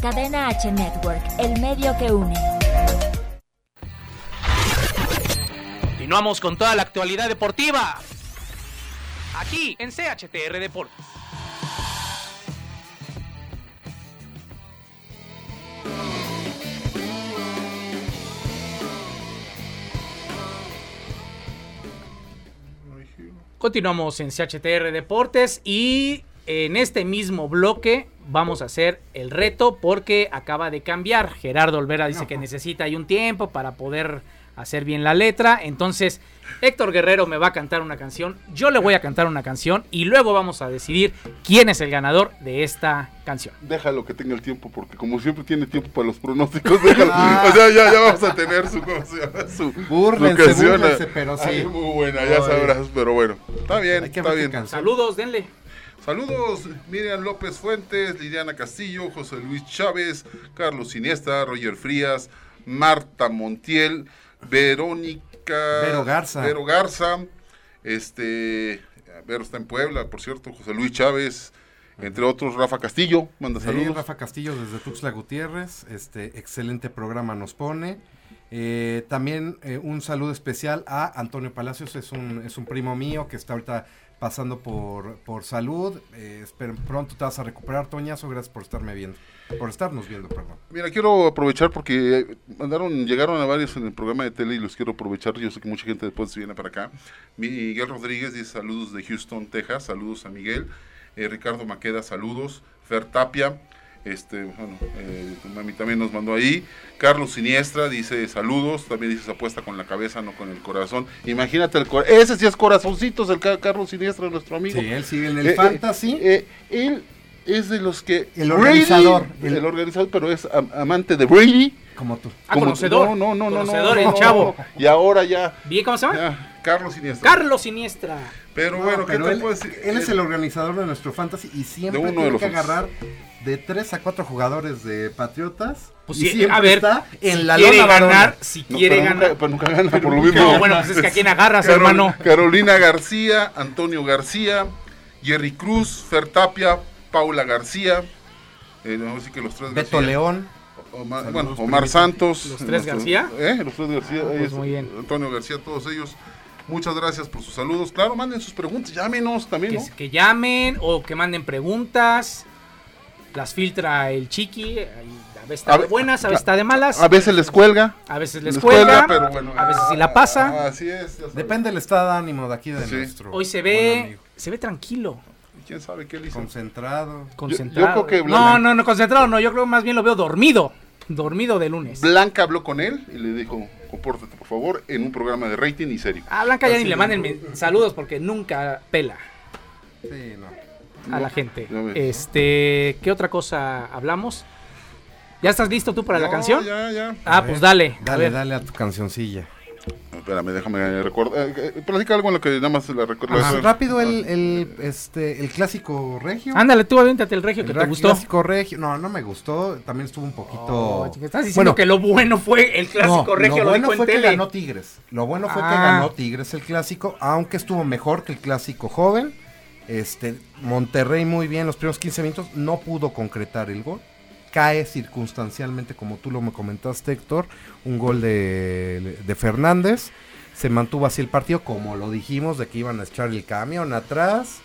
[SPEAKER 1] Cadena H Network, el medio que une.
[SPEAKER 2] Continuamos con toda la actualidad deportiva. Aquí en CHTR Deportes. Continuamos en CHTR Deportes y en este mismo bloque vamos a hacer el reto porque acaba de cambiar. Gerardo Olvera dice que necesita ahí un tiempo para poder hacer bien la letra. Entonces, Héctor Guerrero me va a cantar una canción, yo le voy a cantar una canción y luego vamos a decidir quién es el ganador de esta canción.
[SPEAKER 3] Déjalo que tenga el tiempo, porque como siempre tiene tiempo para los pronósticos, [laughs] déjalo. O sea, ya, ya vamos a tener su, ¿cómo se llama? su,
[SPEAKER 4] Búrlense,
[SPEAKER 3] su canción.
[SPEAKER 4] búrlense, pero sí.
[SPEAKER 3] Ay, muy buena, ya
[SPEAKER 4] Ay.
[SPEAKER 3] sabrás, pero bueno. Está bien,
[SPEAKER 4] Hay que
[SPEAKER 3] está
[SPEAKER 4] ver qué
[SPEAKER 3] bien.
[SPEAKER 4] canción.
[SPEAKER 2] Saludos, denle.
[SPEAKER 3] Saludos, Miriam López Fuentes, Liliana Castillo, José Luis Chávez, Carlos Iniesta, Roger Frías, Marta Montiel, Verónica.
[SPEAKER 4] Vero Garza.
[SPEAKER 3] Vero Garza, este. Vero está en Puebla, por cierto, José Luis Chávez, entre otros, Rafa Castillo, manda
[SPEAKER 4] Sí,
[SPEAKER 3] saludos.
[SPEAKER 4] Rafa Castillo desde Tuxtla Gutiérrez, este excelente programa nos pone. Eh, también eh, un saludo especial a Antonio Palacios, es un, es un primo mío que está ahorita pasando por, por salud. Eh, espero- pronto te vas a recuperar, Toñazo, gracias por estarme viendo, por estarnos viendo, perdón.
[SPEAKER 3] Mira, quiero aprovechar porque eh, mandaron, llegaron a varios en el programa de tele y los quiero aprovechar. Yo sé que mucha gente después se viene para acá. Miguel Rodríguez dice saludos de Houston, Texas. Saludos a Miguel. Eh, Ricardo Maqueda, saludos. Fer Tapia, este, bueno, eh, tu mami también nos mandó ahí. Carlos Siniestra dice saludos. También dice se apuesta con la cabeza, no con el corazón. Imagínate el corazón. Ese sí es corazoncitos, el Ca- Carlos Siniestra, nuestro amigo.
[SPEAKER 4] Sí, él sigue en el
[SPEAKER 3] Eh, eh,
[SPEAKER 4] Fantasy.
[SPEAKER 3] eh, él es de los que.
[SPEAKER 4] El organizador,
[SPEAKER 3] Brady,
[SPEAKER 4] el-
[SPEAKER 3] el, organizador, pero es am- amante de Brady.
[SPEAKER 4] como tú.
[SPEAKER 2] Ah, conocedor.
[SPEAKER 3] No, no, no, no.
[SPEAKER 2] Conocedor,
[SPEAKER 3] no,
[SPEAKER 2] el
[SPEAKER 3] no, no.
[SPEAKER 2] chavo. ¿Ah?
[SPEAKER 3] Y ahora ya.
[SPEAKER 2] ¿Bien cómo se llama?
[SPEAKER 3] ya, Carlos Siniestra.
[SPEAKER 2] Carlos Siniestra.
[SPEAKER 3] Pero
[SPEAKER 4] No,
[SPEAKER 3] bueno, ¿qué
[SPEAKER 4] pero
[SPEAKER 3] te
[SPEAKER 4] él,
[SPEAKER 3] puedo decir? Eh,
[SPEAKER 4] él es el organizador de nuestro fantasy y siempre
[SPEAKER 3] de uno
[SPEAKER 4] tiene
[SPEAKER 3] de los
[SPEAKER 4] que
[SPEAKER 3] fantasy.
[SPEAKER 4] agarrar de 3 a 4 jugadores de Patriotas.
[SPEAKER 2] Pues
[SPEAKER 4] y
[SPEAKER 2] sí,
[SPEAKER 4] siempre
[SPEAKER 2] a ver,
[SPEAKER 4] está en
[SPEAKER 2] si
[SPEAKER 4] la
[SPEAKER 2] quiere
[SPEAKER 4] lona
[SPEAKER 2] ganar,
[SPEAKER 4] varona.
[SPEAKER 2] si
[SPEAKER 3] No,
[SPEAKER 2] quiere
[SPEAKER 3] pero nunca-
[SPEAKER 2] ganar.
[SPEAKER 3] pero nunca gana por lo mismo.
[SPEAKER 2] No, bueno, pues es que a quién agarras,
[SPEAKER 3] Carol-
[SPEAKER 2] hermano.
[SPEAKER 3] Carolina García, Antonio García, Jerry Cruz, Fer Tapia, Paula García. Eh, no, así que los tres
[SPEAKER 4] Beto
[SPEAKER 3] García.
[SPEAKER 4] León.
[SPEAKER 3] Omar,
[SPEAKER 4] Saludos,
[SPEAKER 3] bueno, Omar
[SPEAKER 4] primito.
[SPEAKER 3] Santos.
[SPEAKER 2] ¿Los tres
[SPEAKER 3] nuestro-
[SPEAKER 2] García?
[SPEAKER 3] ¿Eh? Los tres García.
[SPEAKER 2] Ah,
[SPEAKER 3] ahí
[SPEAKER 2] pues
[SPEAKER 3] es-
[SPEAKER 2] muy bien.
[SPEAKER 3] Antonio García, todos ellos. Muchas gracias por sus saludos. Claro, manden sus preguntas, llámenos también,
[SPEAKER 2] Que,
[SPEAKER 3] ¿no?
[SPEAKER 2] que llamen o que manden preguntas. Las filtra el chiqui. ahí A veces está
[SPEAKER 3] A
[SPEAKER 2] de
[SPEAKER 3] ve-
[SPEAKER 2] buenes, a veces
[SPEAKER 3] a-
[SPEAKER 2] está de malas.
[SPEAKER 3] A veces les cuelga.
[SPEAKER 2] A veces les
[SPEAKER 3] les
[SPEAKER 2] cuelga,
[SPEAKER 3] cuelga, pero bueno, ah,
[SPEAKER 2] a veces sí la pasa.
[SPEAKER 3] Así es. ya sabes.
[SPEAKER 4] Depende del estado de ánimo de aquí de
[SPEAKER 3] Sí.
[SPEAKER 4] nuestro.
[SPEAKER 2] Hoy se
[SPEAKER 4] buen
[SPEAKER 2] ve,
[SPEAKER 4] amigo.
[SPEAKER 2] se ve tranquilo,
[SPEAKER 3] ¿Quién sabe qué le hizo?
[SPEAKER 4] concentrado.
[SPEAKER 2] concentrado.
[SPEAKER 3] yo creo que
[SPEAKER 2] no,
[SPEAKER 3] Blanca-
[SPEAKER 2] no, no, concentrado, no, yo creo más bien lo veo dormido, dormido de lunes.
[SPEAKER 3] Blanca habló con él y le dijo, compórtate, por favor, en un programa de rating y serio.
[SPEAKER 2] A Blanca ya ni le manden men- saludos porque nunca pela
[SPEAKER 4] Sí, no.
[SPEAKER 2] a la gente.
[SPEAKER 3] ya ves.
[SPEAKER 2] Este, ¿qué otra cosa hablamos? ¿Ya estás listo tú para la
[SPEAKER 3] No,
[SPEAKER 2] canción?
[SPEAKER 3] Ya, ya.
[SPEAKER 2] Ah, pues dale. a
[SPEAKER 4] Dale,
[SPEAKER 2] ver.
[SPEAKER 4] dale a tu cancioncilla.
[SPEAKER 3] Espérame, déjame recordar. Eh, eh, platica algo en lo que nada más la recuerdo. Ah.
[SPEAKER 4] Pues rápido el, el, este, el clásico regio.
[SPEAKER 2] Ándale, tú aviéntate el regio
[SPEAKER 4] El
[SPEAKER 2] que Ah, te
[SPEAKER 4] ra-
[SPEAKER 2] gustó.
[SPEAKER 4] clásico regio. No, no me gustó. También estuvo un poquito.
[SPEAKER 2] Oh, chica, estás diciendo
[SPEAKER 4] Bueno,
[SPEAKER 2] que lo bueno fue el clásico
[SPEAKER 4] no,
[SPEAKER 2] regio,
[SPEAKER 4] lo
[SPEAKER 2] lo,
[SPEAKER 4] bueno
[SPEAKER 2] dijo en
[SPEAKER 4] fue que
[SPEAKER 2] tele.
[SPEAKER 4] ganó Tigres. Lo bueno fue que
[SPEAKER 2] Ah.
[SPEAKER 4] ganó Tigres el clásico, aunque estuvo mejor que el clásico joven. Este, Monterrey muy bien los primeros 15 minutos, no pudo concretar el gol. Cae circunstancialmente, como tú lo me comentaste, Héctor, un gol de, de Fernández. Se mantuvo así el partido, como lo dijimos, de que iban a echar el camión atrás.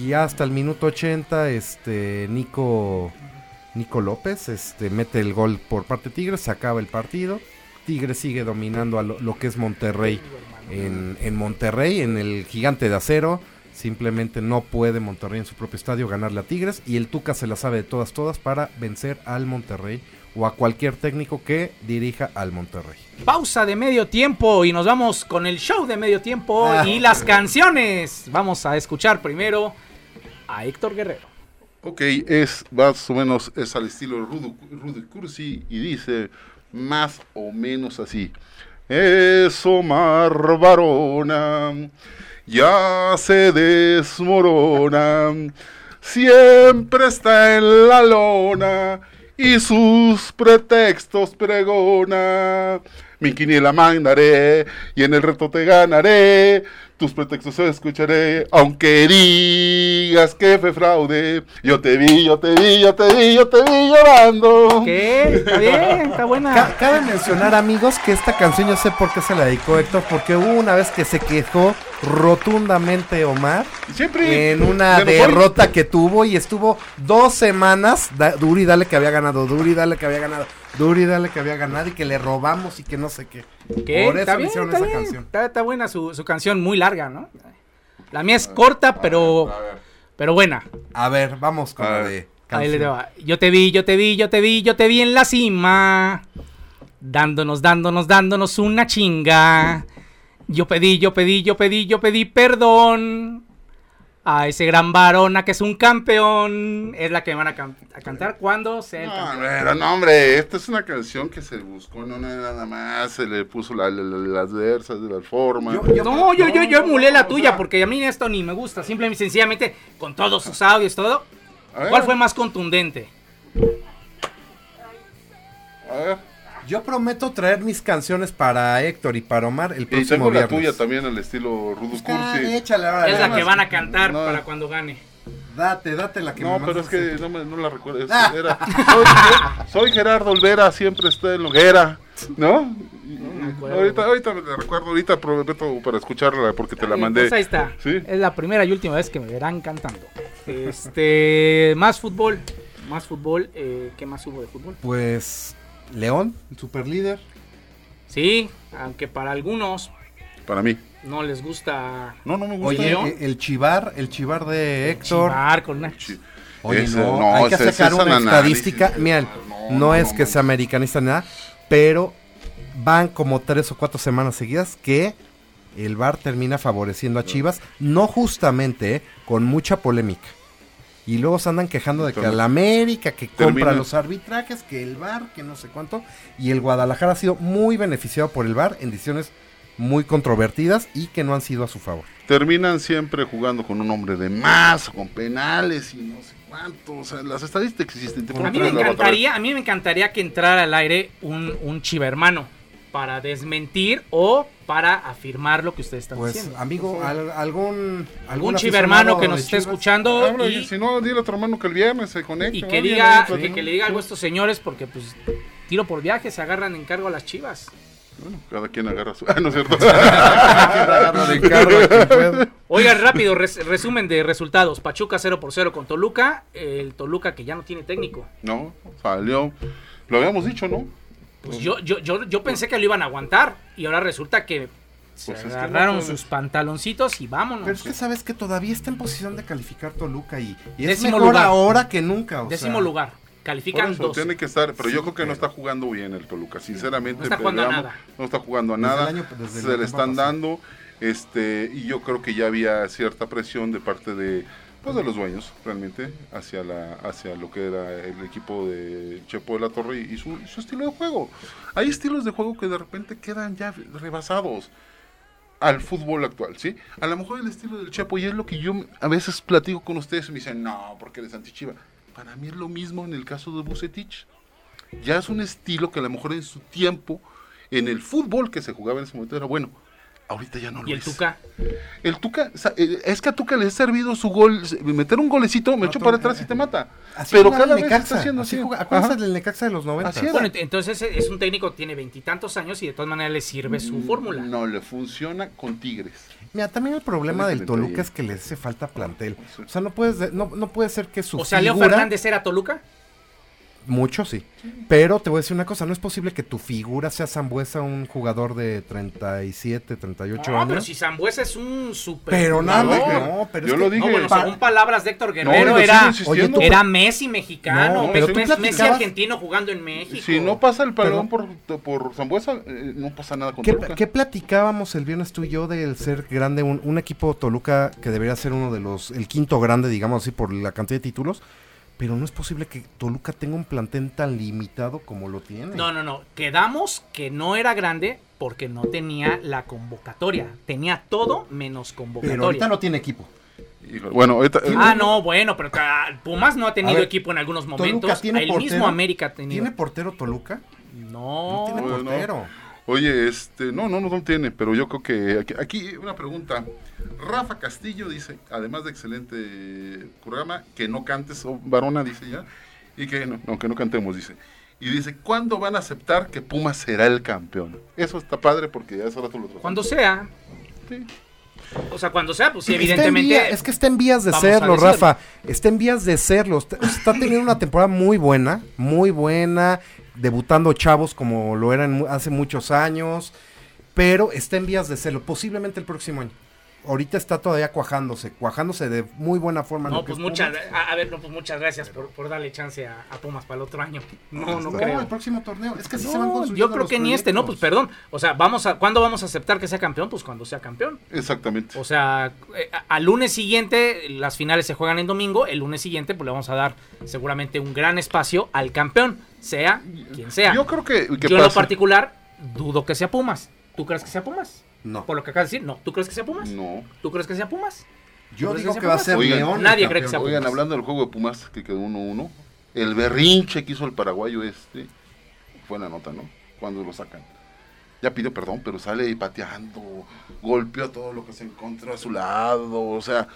[SPEAKER 4] Y hasta el minuto 80, este, Nico, Nico López este, mete el gol por parte de Tigres, se acaba el partido. Tigres sigue dominando a lo, lo que es Monterrey en, en Monterrey, en el gigante de acero. Simplemente no puede Monterrey en su propio estadio ganarle a Tigres y el Tuca se la sabe de todas, todas para vencer al Monterrey o a cualquier técnico que dirija al Monterrey.
[SPEAKER 2] Pausa de medio tiempo y nos vamos con el show de medio tiempo
[SPEAKER 4] Ah.
[SPEAKER 2] y las canciones. Vamos a escuchar primero a Héctor Guerrero.
[SPEAKER 3] Ok, es más o menos es al estilo Rudy, Rudy Cursi y dice más o menos así. Es Omar Varona, ya se desmorona, siempre está en la lona y sus pretextos pregona. Mi quiniela mandaré y en el reto te ganaré. Tus pretextos escucharé, aunque digas que fue fraude. Yo te vi, yo te vi, yo te vi, yo te vi llorando.
[SPEAKER 2] ¿Qué? Está bien, está buena.
[SPEAKER 4] Ca- Cabe mencionar, amigos, que esta canción yo sé por qué se la dedicó Héctor, porque hubo una vez que se quejó rotundamente Omar
[SPEAKER 3] Y Siempre
[SPEAKER 4] en una
[SPEAKER 3] de nosotros.
[SPEAKER 4] derrota que tuvo y estuvo dos semanas da, Duri dale que había ganado, Duri dale que había ganado, Duri dale que había ganado y que le robamos y que no sé qué.
[SPEAKER 2] ¿Qué?
[SPEAKER 4] Por eso
[SPEAKER 2] Está
[SPEAKER 4] le
[SPEAKER 2] bien,
[SPEAKER 4] hicieron
[SPEAKER 2] está
[SPEAKER 4] esa
[SPEAKER 2] bien.
[SPEAKER 4] canción.
[SPEAKER 2] Está, está buena su, su canción, muy larga, ¿no? La mía es corta, pero,
[SPEAKER 7] A ver.
[SPEAKER 2] pero buena.
[SPEAKER 4] A ver, vamos con
[SPEAKER 3] A
[SPEAKER 4] la
[SPEAKER 3] ver.
[SPEAKER 4] de
[SPEAKER 2] Ahí le
[SPEAKER 4] canción.
[SPEAKER 2] va. Yo te vi, yo te vi, yo te vi, yo te vi en la cima. Dándonos, dándonos, dándonos una chinga. Yo pedí, yo pedí, yo pedí, yo pedí perdón. A ese gran varona que es un campeón. Es la que van a, can- a cantar cuando sea el
[SPEAKER 3] No,
[SPEAKER 2] campeón.
[SPEAKER 3] pero no, hombre, esta es una canción que se buscó, no nada más, se le puso la- la- la- las versas de la forma.
[SPEAKER 4] Yo- yo-
[SPEAKER 2] No, yo, yo, yo emulé
[SPEAKER 3] no,
[SPEAKER 2] la
[SPEAKER 3] o
[SPEAKER 2] tuya
[SPEAKER 3] sea-
[SPEAKER 2] porque a mí esto ni me gusta. Simplemente, sencillamente, con todos sus audios, todo.
[SPEAKER 3] A ver,
[SPEAKER 2] ¿Cuál fue más contundente?
[SPEAKER 3] A ver,
[SPEAKER 4] Yo prometo traer mis canciones para Héctor y para Omar el
[SPEAKER 3] y
[SPEAKER 4] próximo
[SPEAKER 3] tengo la
[SPEAKER 4] viernes.
[SPEAKER 3] tuya también al estilo Rudo
[SPEAKER 4] Ah,
[SPEAKER 3] Cursi.
[SPEAKER 4] échale ahora.
[SPEAKER 2] Es
[SPEAKER 4] nada
[SPEAKER 2] la que
[SPEAKER 4] más.
[SPEAKER 2] van a cantar
[SPEAKER 3] no.
[SPEAKER 2] para cuando gane.
[SPEAKER 4] Date, date la que
[SPEAKER 3] No,
[SPEAKER 4] me
[SPEAKER 3] pero es
[SPEAKER 4] mandaste.
[SPEAKER 3] que no, me- no la recuerdo. es-
[SPEAKER 2] Ah.
[SPEAKER 3] era- soy, soy Gerardo Olvera, siempre está en Loguera, ¿no? Y- ahorita, ahorita me la recuerdo, ahorita prometo para escucharla porque te la
[SPEAKER 2] Eh,
[SPEAKER 3] mandé.
[SPEAKER 2] pues ahí está.
[SPEAKER 3] Sí.
[SPEAKER 2] Es la primera y última vez que me verán cantando. Este, más fútbol. Más fútbol. eh, ¿Qué más hubo de fútbol?
[SPEAKER 4] Pues León, super líder.
[SPEAKER 2] Sí, aunque para algunos
[SPEAKER 3] Para mí.
[SPEAKER 2] no les gusta
[SPEAKER 3] No, no me gusta.
[SPEAKER 4] Oye,
[SPEAKER 2] León?
[SPEAKER 4] eh, el chivar, el chivar de Héctor.
[SPEAKER 2] chivar con una...
[SPEAKER 3] Sí.
[SPEAKER 4] Oye,
[SPEAKER 3] Ese,
[SPEAKER 4] no,
[SPEAKER 3] no,
[SPEAKER 4] hay que
[SPEAKER 3] ese- ese
[SPEAKER 4] sacar
[SPEAKER 3] es
[SPEAKER 4] una
[SPEAKER 3] análisis,
[SPEAKER 4] estadística.
[SPEAKER 3] ese-
[SPEAKER 4] Mira,
[SPEAKER 3] no,
[SPEAKER 4] no,
[SPEAKER 3] no,
[SPEAKER 4] es
[SPEAKER 3] no,
[SPEAKER 4] que
[SPEAKER 3] no.
[SPEAKER 4] sea americanista ni nada, pero van como tres o cuatro semanas seguidas que el VAR termina favoreciendo a Chivas, no justamente, eh, con mucha polémica. Y luego se andan quejando de que
[SPEAKER 3] Entonces,
[SPEAKER 4] la América, que compra
[SPEAKER 3] termina.
[SPEAKER 4] los arbitrajes, que el VAR, que no sé cuánto. Y el Guadalajara ha sido muy beneficiado por el VAR en decisiones muy controvertidas y que no han sido a su favor.
[SPEAKER 3] terminan siempre jugando con un hombre de más, con penales y no sé cuánto. O sea, las estadísticas existen. Te
[SPEAKER 2] A
[SPEAKER 3] pueden
[SPEAKER 2] mí me
[SPEAKER 3] traer la batalla.
[SPEAKER 2] encantaría, a mí me encantaría que entrara al aire un, un chiva hermano para desmentir o para afirmar lo que ustedes están
[SPEAKER 4] Pues,
[SPEAKER 2] diciendo.
[SPEAKER 4] amigo, al- algún...
[SPEAKER 2] Algún
[SPEAKER 4] algún
[SPEAKER 2] chiva hermano
[SPEAKER 4] aficionado
[SPEAKER 2] que
[SPEAKER 4] de
[SPEAKER 2] nos esté
[SPEAKER 4] Chivas-
[SPEAKER 2] escuchando
[SPEAKER 3] Habla,
[SPEAKER 2] y,
[SPEAKER 3] Ah, y si no, dile a tu hermano que el viernes se conecte.
[SPEAKER 2] y que
[SPEAKER 3] alguien,
[SPEAKER 2] diga,
[SPEAKER 3] alguien,
[SPEAKER 2] que, que le diga algo a estos señores porque pues tiro por viaje se agarran en cargo a las chivas.
[SPEAKER 3] Bueno, cada quien agarra su. [laughs] Ah, no es cierto.
[SPEAKER 2] Oigan, rápido, res- resumen de resultados. Pachuca 0 por 0 con Toluca. El Toluca que ya no tiene técnico.
[SPEAKER 3] no, salió. Lo habíamos dicho, ¿no?
[SPEAKER 2] Pues yo, yo, yo, yo pensé que lo iban a aguantar. Y ahora resulta que se
[SPEAKER 3] Pues es que
[SPEAKER 2] agarraron
[SPEAKER 3] no puede.
[SPEAKER 2] sus pantaloncitos y vámonos.
[SPEAKER 4] Pero es que sabes que todavía está en posición de calificar Toluca y, y es
[SPEAKER 2] Décimo
[SPEAKER 4] mejor
[SPEAKER 2] lugar.
[SPEAKER 4] ahora que nunca. o
[SPEAKER 2] Décimo
[SPEAKER 4] sea.
[SPEAKER 2] lugar.
[SPEAKER 3] Por
[SPEAKER 2] Califican
[SPEAKER 3] eso
[SPEAKER 2] dos.
[SPEAKER 3] tiene que estar, pero yo creo que no está jugando bien el Toluca, sinceramente.
[SPEAKER 2] No está jugando a
[SPEAKER 3] veamos,
[SPEAKER 2] nada.
[SPEAKER 3] No está jugando a
[SPEAKER 4] Desde el
[SPEAKER 3] nada.
[SPEAKER 4] año- desde la
[SPEAKER 3] se le están
[SPEAKER 4] temporada pasada.
[SPEAKER 3] dando, este, y yo creo que ya había cierta presión de parte de, pues, de los dueños, realmente, hacia la, hacia lo que era el equipo de Chepo de la Torre y su, su estilo de juego. Hay estilos de juego que de repente quedan ya rebasados al fútbol actual, ¿sí? A lo mejor el estilo del Chapo, y es lo que yo a veces platico con ustedes y me dicen, no, porque eres antichiva. Para mí es lo mismo en el caso de Bucetich. Ya es un estilo que a lo mejor en su tiempo, en el fútbol que se jugaba en ese momento, era bueno. Ahorita ya no lo
[SPEAKER 2] Y el
[SPEAKER 3] es.
[SPEAKER 2] Tuca.
[SPEAKER 3] El Tuca, o sea, eh, es que a Tuca le ha servido su gol, meter un golecito, me echo para atrás y te mata.
[SPEAKER 4] Así
[SPEAKER 3] Pero
[SPEAKER 4] jugaba
[SPEAKER 3] cada
[SPEAKER 4] el
[SPEAKER 3] vez está
[SPEAKER 4] Necaxa,
[SPEAKER 3] haciendo
[SPEAKER 4] así
[SPEAKER 3] así.
[SPEAKER 4] jugaba- ¿Acuérdate
[SPEAKER 3] Ajá.
[SPEAKER 4] del Necaxa de los 90?
[SPEAKER 3] Así era.
[SPEAKER 2] Bueno, ent- entonces eh, es un técnico que tiene veintitantos años y de todas maneras le sirve Pues su fórmula.
[SPEAKER 3] Mm, No, le funciona con Tigres.
[SPEAKER 4] Mira, también el problema del
[SPEAKER 3] Excelente
[SPEAKER 4] Toluca
[SPEAKER 3] ahí.
[SPEAKER 4] es que le hace falta plantel. O sea, no, puedes, de- no, no puede ser que su
[SPEAKER 2] O sea, Leo
[SPEAKER 4] figura-
[SPEAKER 2] Fernández era Toluca.
[SPEAKER 4] Mucho, sí. Pero te voy a decir una cosa, no es posible que tu figura sea Zambuesa, un jugador de 37, 38
[SPEAKER 2] No,
[SPEAKER 4] años.
[SPEAKER 2] Ah, pero si Zambuesa es un super.
[SPEAKER 4] Pero nada,
[SPEAKER 3] Yo lo
[SPEAKER 4] no,
[SPEAKER 3] dije,
[SPEAKER 4] pero
[SPEAKER 3] yo
[SPEAKER 4] es
[SPEAKER 3] lo
[SPEAKER 4] que-
[SPEAKER 3] dije.
[SPEAKER 2] No, bueno,
[SPEAKER 4] Pa-
[SPEAKER 2] según palabras de Héctor
[SPEAKER 3] No, y
[SPEAKER 2] Guerrero,
[SPEAKER 3] lo sigo
[SPEAKER 2] era,
[SPEAKER 3] insistiendo.
[SPEAKER 4] Oye,
[SPEAKER 2] era Messi mexicano,
[SPEAKER 4] No,
[SPEAKER 2] pero
[SPEAKER 4] pero tú
[SPEAKER 2] Messi- Messi
[SPEAKER 4] platicabas-
[SPEAKER 2] argentino jugando en México.
[SPEAKER 3] Si no pasa el perdón por, por Zambuesa, eh, no pasa nada con
[SPEAKER 4] ¿Qué,
[SPEAKER 3] Toluca.
[SPEAKER 4] qué platicábamos el viernes tú y yo del ser grande, un, un equipo Toluca que debería ser uno de los, el quinto grande, digamos así, por la cantidad de títulos? Pero no es posible que Toluca tenga un plantel tan limitado como lo tiene.
[SPEAKER 2] No, no, no. Quedamos que no era grande porque no tenía la convocatoria. Tenía todo menos
[SPEAKER 4] Pero
[SPEAKER 2] convocatoria.
[SPEAKER 4] ahorita no tiene equipo.
[SPEAKER 3] Híjole, bueno, ahorita, eh,
[SPEAKER 2] Ah, no, bueno, pero ca- Pumas no ha tenido
[SPEAKER 4] A ver,
[SPEAKER 2] equipo en algunos
[SPEAKER 4] Toluca
[SPEAKER 2] momentos.
[SPEAKER 4] tiene
[SPEAKER 2] El
[SPEAKER 4] portero.
[SPEAKER 2] mismo América ha tenido.
[SPEAKER 4] ¿Tiene portero Toluca? No
[SPEAKER 2] No.
[SPEAKER 4] tiene
[SPEAKER 3] Bueno.
[SPEAKER 4] portero.
[SPEAKER 3] Oye, este, no, no, no, no tiene, pero yo creo que aquí, aquí una pregunta. Rafa Castillo dice, además de excelente programa, que no cantes, o varona dice ya, y que no, no, que no cantemos, dice. Y dice, ¿cuándo van a aceptar que Pumas será el campeón? Eso está padre porque ya hace rato lo
[SPEAKER 2] Cuando sea.
[SPEAKER 3] Sí.
[SPEAKER 2] O sea, cuando sea, pues sí,
[SPEAKER 4] Está en vía-
[SPEAKER 2] evidentemente.
[SPEAKER 4] es que está en vías de
[SPEAKER 2] vamos a
[SPEAKER 4] serlo,
[SPEAKER 2] decirlo.
[SPEAKER 4] Rafa. Está en vías de serlo. Está, está teniendo una temporada muy buena, muy buena, debutando chavos como lo eran mu- hace muchos años, pero está en vías de serlo, posiblemente el próximo año. ahorita está todavía cuajándose, cuajándose de muy buena forma.
[SPEAKER 2] No,
[SPEAKER 4] lo que
[SPEAKER 2] pues
[SPEAKER 4] es
[SPEAKER 2] muchas,
[SPEAKER 4] Pumas.
[SPEAKER 2] a, a ver, no, pues muchas gracias por, por darle chance a, a Pumas para el otro año. No, no
[SPEAKER 3] está.
[SPEAKER 2] creo.
[SPEAKER 4] el próximo torneo. Es que así
[SPEAKER 2] No,
[SPEAKER 4] se van construyendo
[SPEAKER 2] yo creo
[SPEAKER 4] los
[SPEAKER 2] que ni este, no, pues
[SPEAKER 4] proyectos.
[SPEAKER 2] perdón. O sea, vamos a, ¿cuándo vamos a aceptar que sea campeón? Pues cuando sea campeón.
[SPEAKER 3] Exactamente.
[SPEAKER 2] O sea, eh, a- al lunes siguiente, las finales se juegan en domingo, el lunes siguiente pues le vamos a dar seguramente un gran espacio al campeón, sea quien sea. Yo,
[SPEAKER 3] Yo creo que, que
[SPEAKER 2] en lo
[SPEAKER 3] pasa.
[SPEAKER 2] particular dudo que sea Pumas. ¿Tú crees que sea Pumas?
[SPEAKER 4] No.
[SPEAKER 2] Por lo que acabas de decir, no. ¿Tú crees que sea Pumas?
[SPEAKER 3] No.
[SPEAKER 2] ¿Tú crees que sea Pumas?
[SPEAKER 4] Yo
[SPEAKER 2] Pues
[SPEAKER 4] digo
[SPEAKER 2] ese
[SPEAKER 4] que va a
[SPEAKER 2] Pumas-
[SPEAKER 4] ser
[SPEAKER 3] Oigan,
[SPEAKER 4] León. el
[SPEAKER 2] nadie cree que
[SPEAKER 4] campeón.
[SPEAKER 2] sea Pumas.
[SPEAKER 3] Oigan, hablando del juego de Pumas, que quedó 1-1, el berrinche que hizo el paraguayo este, buena nota, ¿no? Cuando lo sacan. Ya pidió perdón, pero sale ahí pateando, golpeó a todo lo que se encontró a su lado, o sea,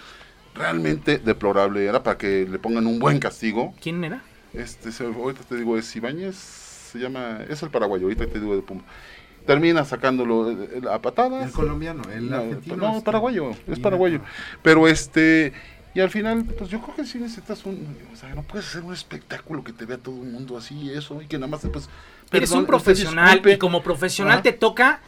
[SPEAKER 3] realmente deplorable. Era para que le pongan un buen castigo.
[SPEAKER 2] ¿Quién era?
[SPEAKER 3] Este, se- ahorita te digo, es Ibáñez, se llama, es el paraguayo, ahorita te digo de Pumas. Termina sacándolo eh, a patadas.
[SPEAKER 4] El colombiano, el
[SPEAKER 3] No,
[SPEAKER 4] argentino.
[SPEAKER 3] No,
[SPEAKER 4] este,
[SPEAKER 3] paraguayo, es
[SPEAKER 4] Mira.
[SPEAKER 3] paraguayo. Pero este, y al final, pues yo creo que sí necesitas un, o sea, no puedes hacer un espectáculo que te vea todo el mundo así y eso, y que nada más, pues...
[SPEAKER 2] Eres
[SPEAKER 3] perdón,
[SPEAKER 2] un
[SPEAKER 3] usted
[SPEAKER 2] profesional
[SPEAKER 3] disculpe.
[SPEAKER 2] y como profesional
[SPEAKER 3] Ajá.
[SPEAKER 2] te toca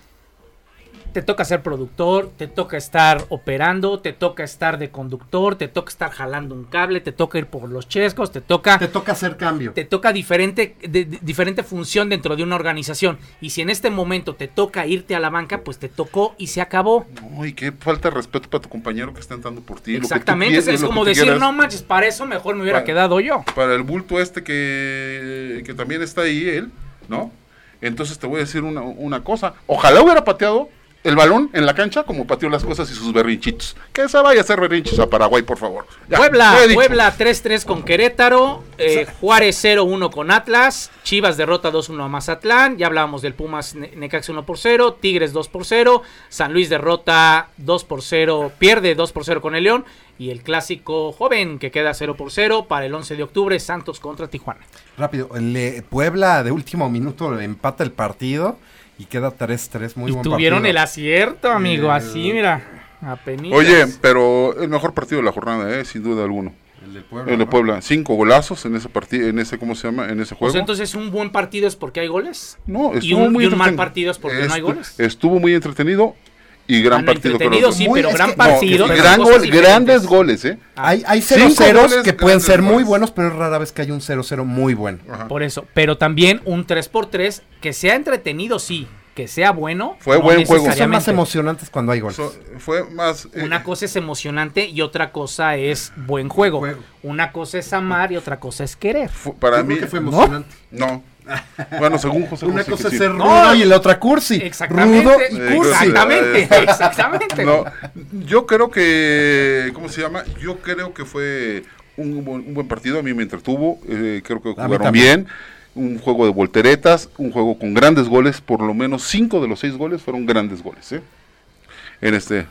[SPEAKER 2] te toca ser productor, te toca estar operando, te toca estar de conductor, te toca estar jalando un cable, te toca ir por los chescos, te toca
[SPEAKER 4] Te toca hacer cambio.
[SPEAKER 2] te toca diferente, de- de- diferente función dentro de una organización. Y si en este momento te toca irte a la banca, pues te tocó y se acabó.
[SPEAKER 3] No, y qué falta de respeto para tu compañero que está entrando por ti. lo que tú
[SPEAKER 2] Exactamente,
[SPEAKER 3] quieres,
[SPEAKER 2] es
[SPEAKER 3] lo que
[SPEAKER 2] como
[SPEAKER 3] tú
[SPEAKER 2] decir,
[SPEAKER 3] quieras.
[SPEAKER 2] no manches, para eso mejor me hubiera
[SPEAKER 3] Para-
[SPEAKER 2] quedado yo.
[SPEAKER 3] Para el bulto este que, que también está ahí, él, ¿no? Entonces te voy a decir una, una cosa, ojalá hubiera pateado el balón en la cancha como pateó las cosas y sus berrinchitos. Que se vaya a hacer berrinches a Paraguay, por favor. Ya,
[SPEAKER 2] Puebla,
[SPEAKER 3] lo he dicho.
[SPEAKER 2] Puebla 3-3 con Querétaro, eh, Juárez 0-1 con Atlas, Chivas derrota 2-1 a Mazatlán, ya hablábamos del Pumas Ne- Necaxa 1 por 0, Tigres 2 por 0, San Luis derrota 2 por 0, pierde 2 por 0 con el León y el clásico joven que queda 0 por 0 para el 11 de octubre, Santos contra Tijuana.
[SPEAKER 4] Rápido, le, Puebla de último minuto le empata el partido y queda 3-3. Muy
[SPEAKER 2] y
[SPEAKER 4] buen
[SPEAKER 2] tuvieron
[SPEAKER 4] partido.
[SPEAKER 2] el acierto, amigo,
[SPEAKER 4] Eh,
[SPEAKER 2] así mira, apenas.
[SPEAKER 3] Oye, pero el mejor partido de la jornada, ¿eh? sin duda alguno.
[SPEAKER 4] El de Puebla.
[SPEAKER 3] El de
[SPEAKER 4] ¿no?
[SPEAKER 3] Puebla, cinco golazos en ese partido, en ese cómo se llama, en ese
[SPEAKER 2] O
[SPEAKER 3] juego.
[SPEAKER 2] sea, Pues entonces un buen partido es porque hay goles.
[SPEAKER 3] no,
[SPEAKER 2] y un, y un mal
[SPEAKER 3] entreten-
[SPEAKER 2] partido es porque no hay
[SPEAKER 3] Estu-
[SPEAKER 2] goles.
[SPEAKER 3] Estuvo muy entretenido y
[SPEAKER 2] Ah,
[SPEAKER 3] gran
[SPEAKER 2] no,
[SPEAKER 3] partido. creo
[SPEAKER 2] entretenido
[SPEAKER 3] yo.
[SPEAKER 2] sí,
[SPEAKER 4] Muy-
[SPEAKER 2] pero
[SPEAKER 4] es
[SPEAKER 2] gran
[SPEAKER 4] que-
[SPEAKER 2] partido.
[SPEAKER 3] No, y
[SPEAKER 2] pero
[SPEAKER 3] gran
[SPEAKER 2] son
[SPEAKER 3] gol-
[SPEAKER 2] cosas
[SPEAKER 3] grandes
[SPEAKER 2] diferentes.
[SPEAKER 3] goles, ¿eh?
[SPEAKER 4] Hay, hay
[SPEAKER 3] Cinco
[SPEAKER 4] 0-0
[SPEAKER 3] goles,
[SPEAKER 4] que pueden
[SPEAKER 3] grandes
[SPEAKER 4] ser muy
[SPEAKER 3] goles.
[SPEAKER 4] buenos, pero es rara vez que hay un 0-0 muy bueno.
[SPEAKER 2] Por eso, pero también un 3x3 que sea entretenido, sí, que sea bueno.
[SPEAKER 3] Fue
[SPEAKER 2] no
[SPEAKER 3] buen juego.
[SPEAKER 4] Son más
[SPEAKER 2] necesariamente.
[SPEAKER 4] emocionantes cuando hay goles.
[SPEAKER 3] So- fue más. eh,
[SPEAKER 2] Una cosa es emocionante y otra cosa es buen juego.
[SPEAKER 4] Juego.
[SPEAKER 2] Una cosa es amar y otra cosa es querer.
[SPEAKER 3] fu- para
[SPEAKER 4] Yo
[SPEAKER 3] mí.
[SPEAKER 4] creo que fue
[SPEAKER 3] ¿no?
[SPEAKER 4] emocionante.
[SPEAKER 3] No. Bueno, según José
[SPEAKER 4] Una
[SPEAKER 3] José, que
[SPEAKER 4] cosa es
[SPEAKER 3] sí.
[SPEAKER 4] ser
[SPEAKER 2] No,
[SPEAKER 4] rudo
[SPEAKER 2] no,
[SPEAKER 4] y la otra cursi.
[SPEAKER 2] Exactamente.
[SPEAKER 4] Rudo y
[SPEAKER 3] Eh,
[SPEAKER 4] cursi.
[SPEAKER 2] Exactamente,
[SPEAKER 3] Eh,
[SPEAKER 2] exactamente.
[SPEAKER 3] [laughs] No, eh, yo creo que. ¿Cómo se llama? Yo creo que fue un, bu- un buen partido. A mí me entretuvo. eh, creo que
[SPEAKER 4] mí
[SPEAKER 3] jugaron
[SPEAKER 4] también.
[SPEAKER 3] bien. Un juego de volteretas. Un juego con grandes goles. Por lo menos cinco de los seis goles fueron grandes goles. ¿eh? En este.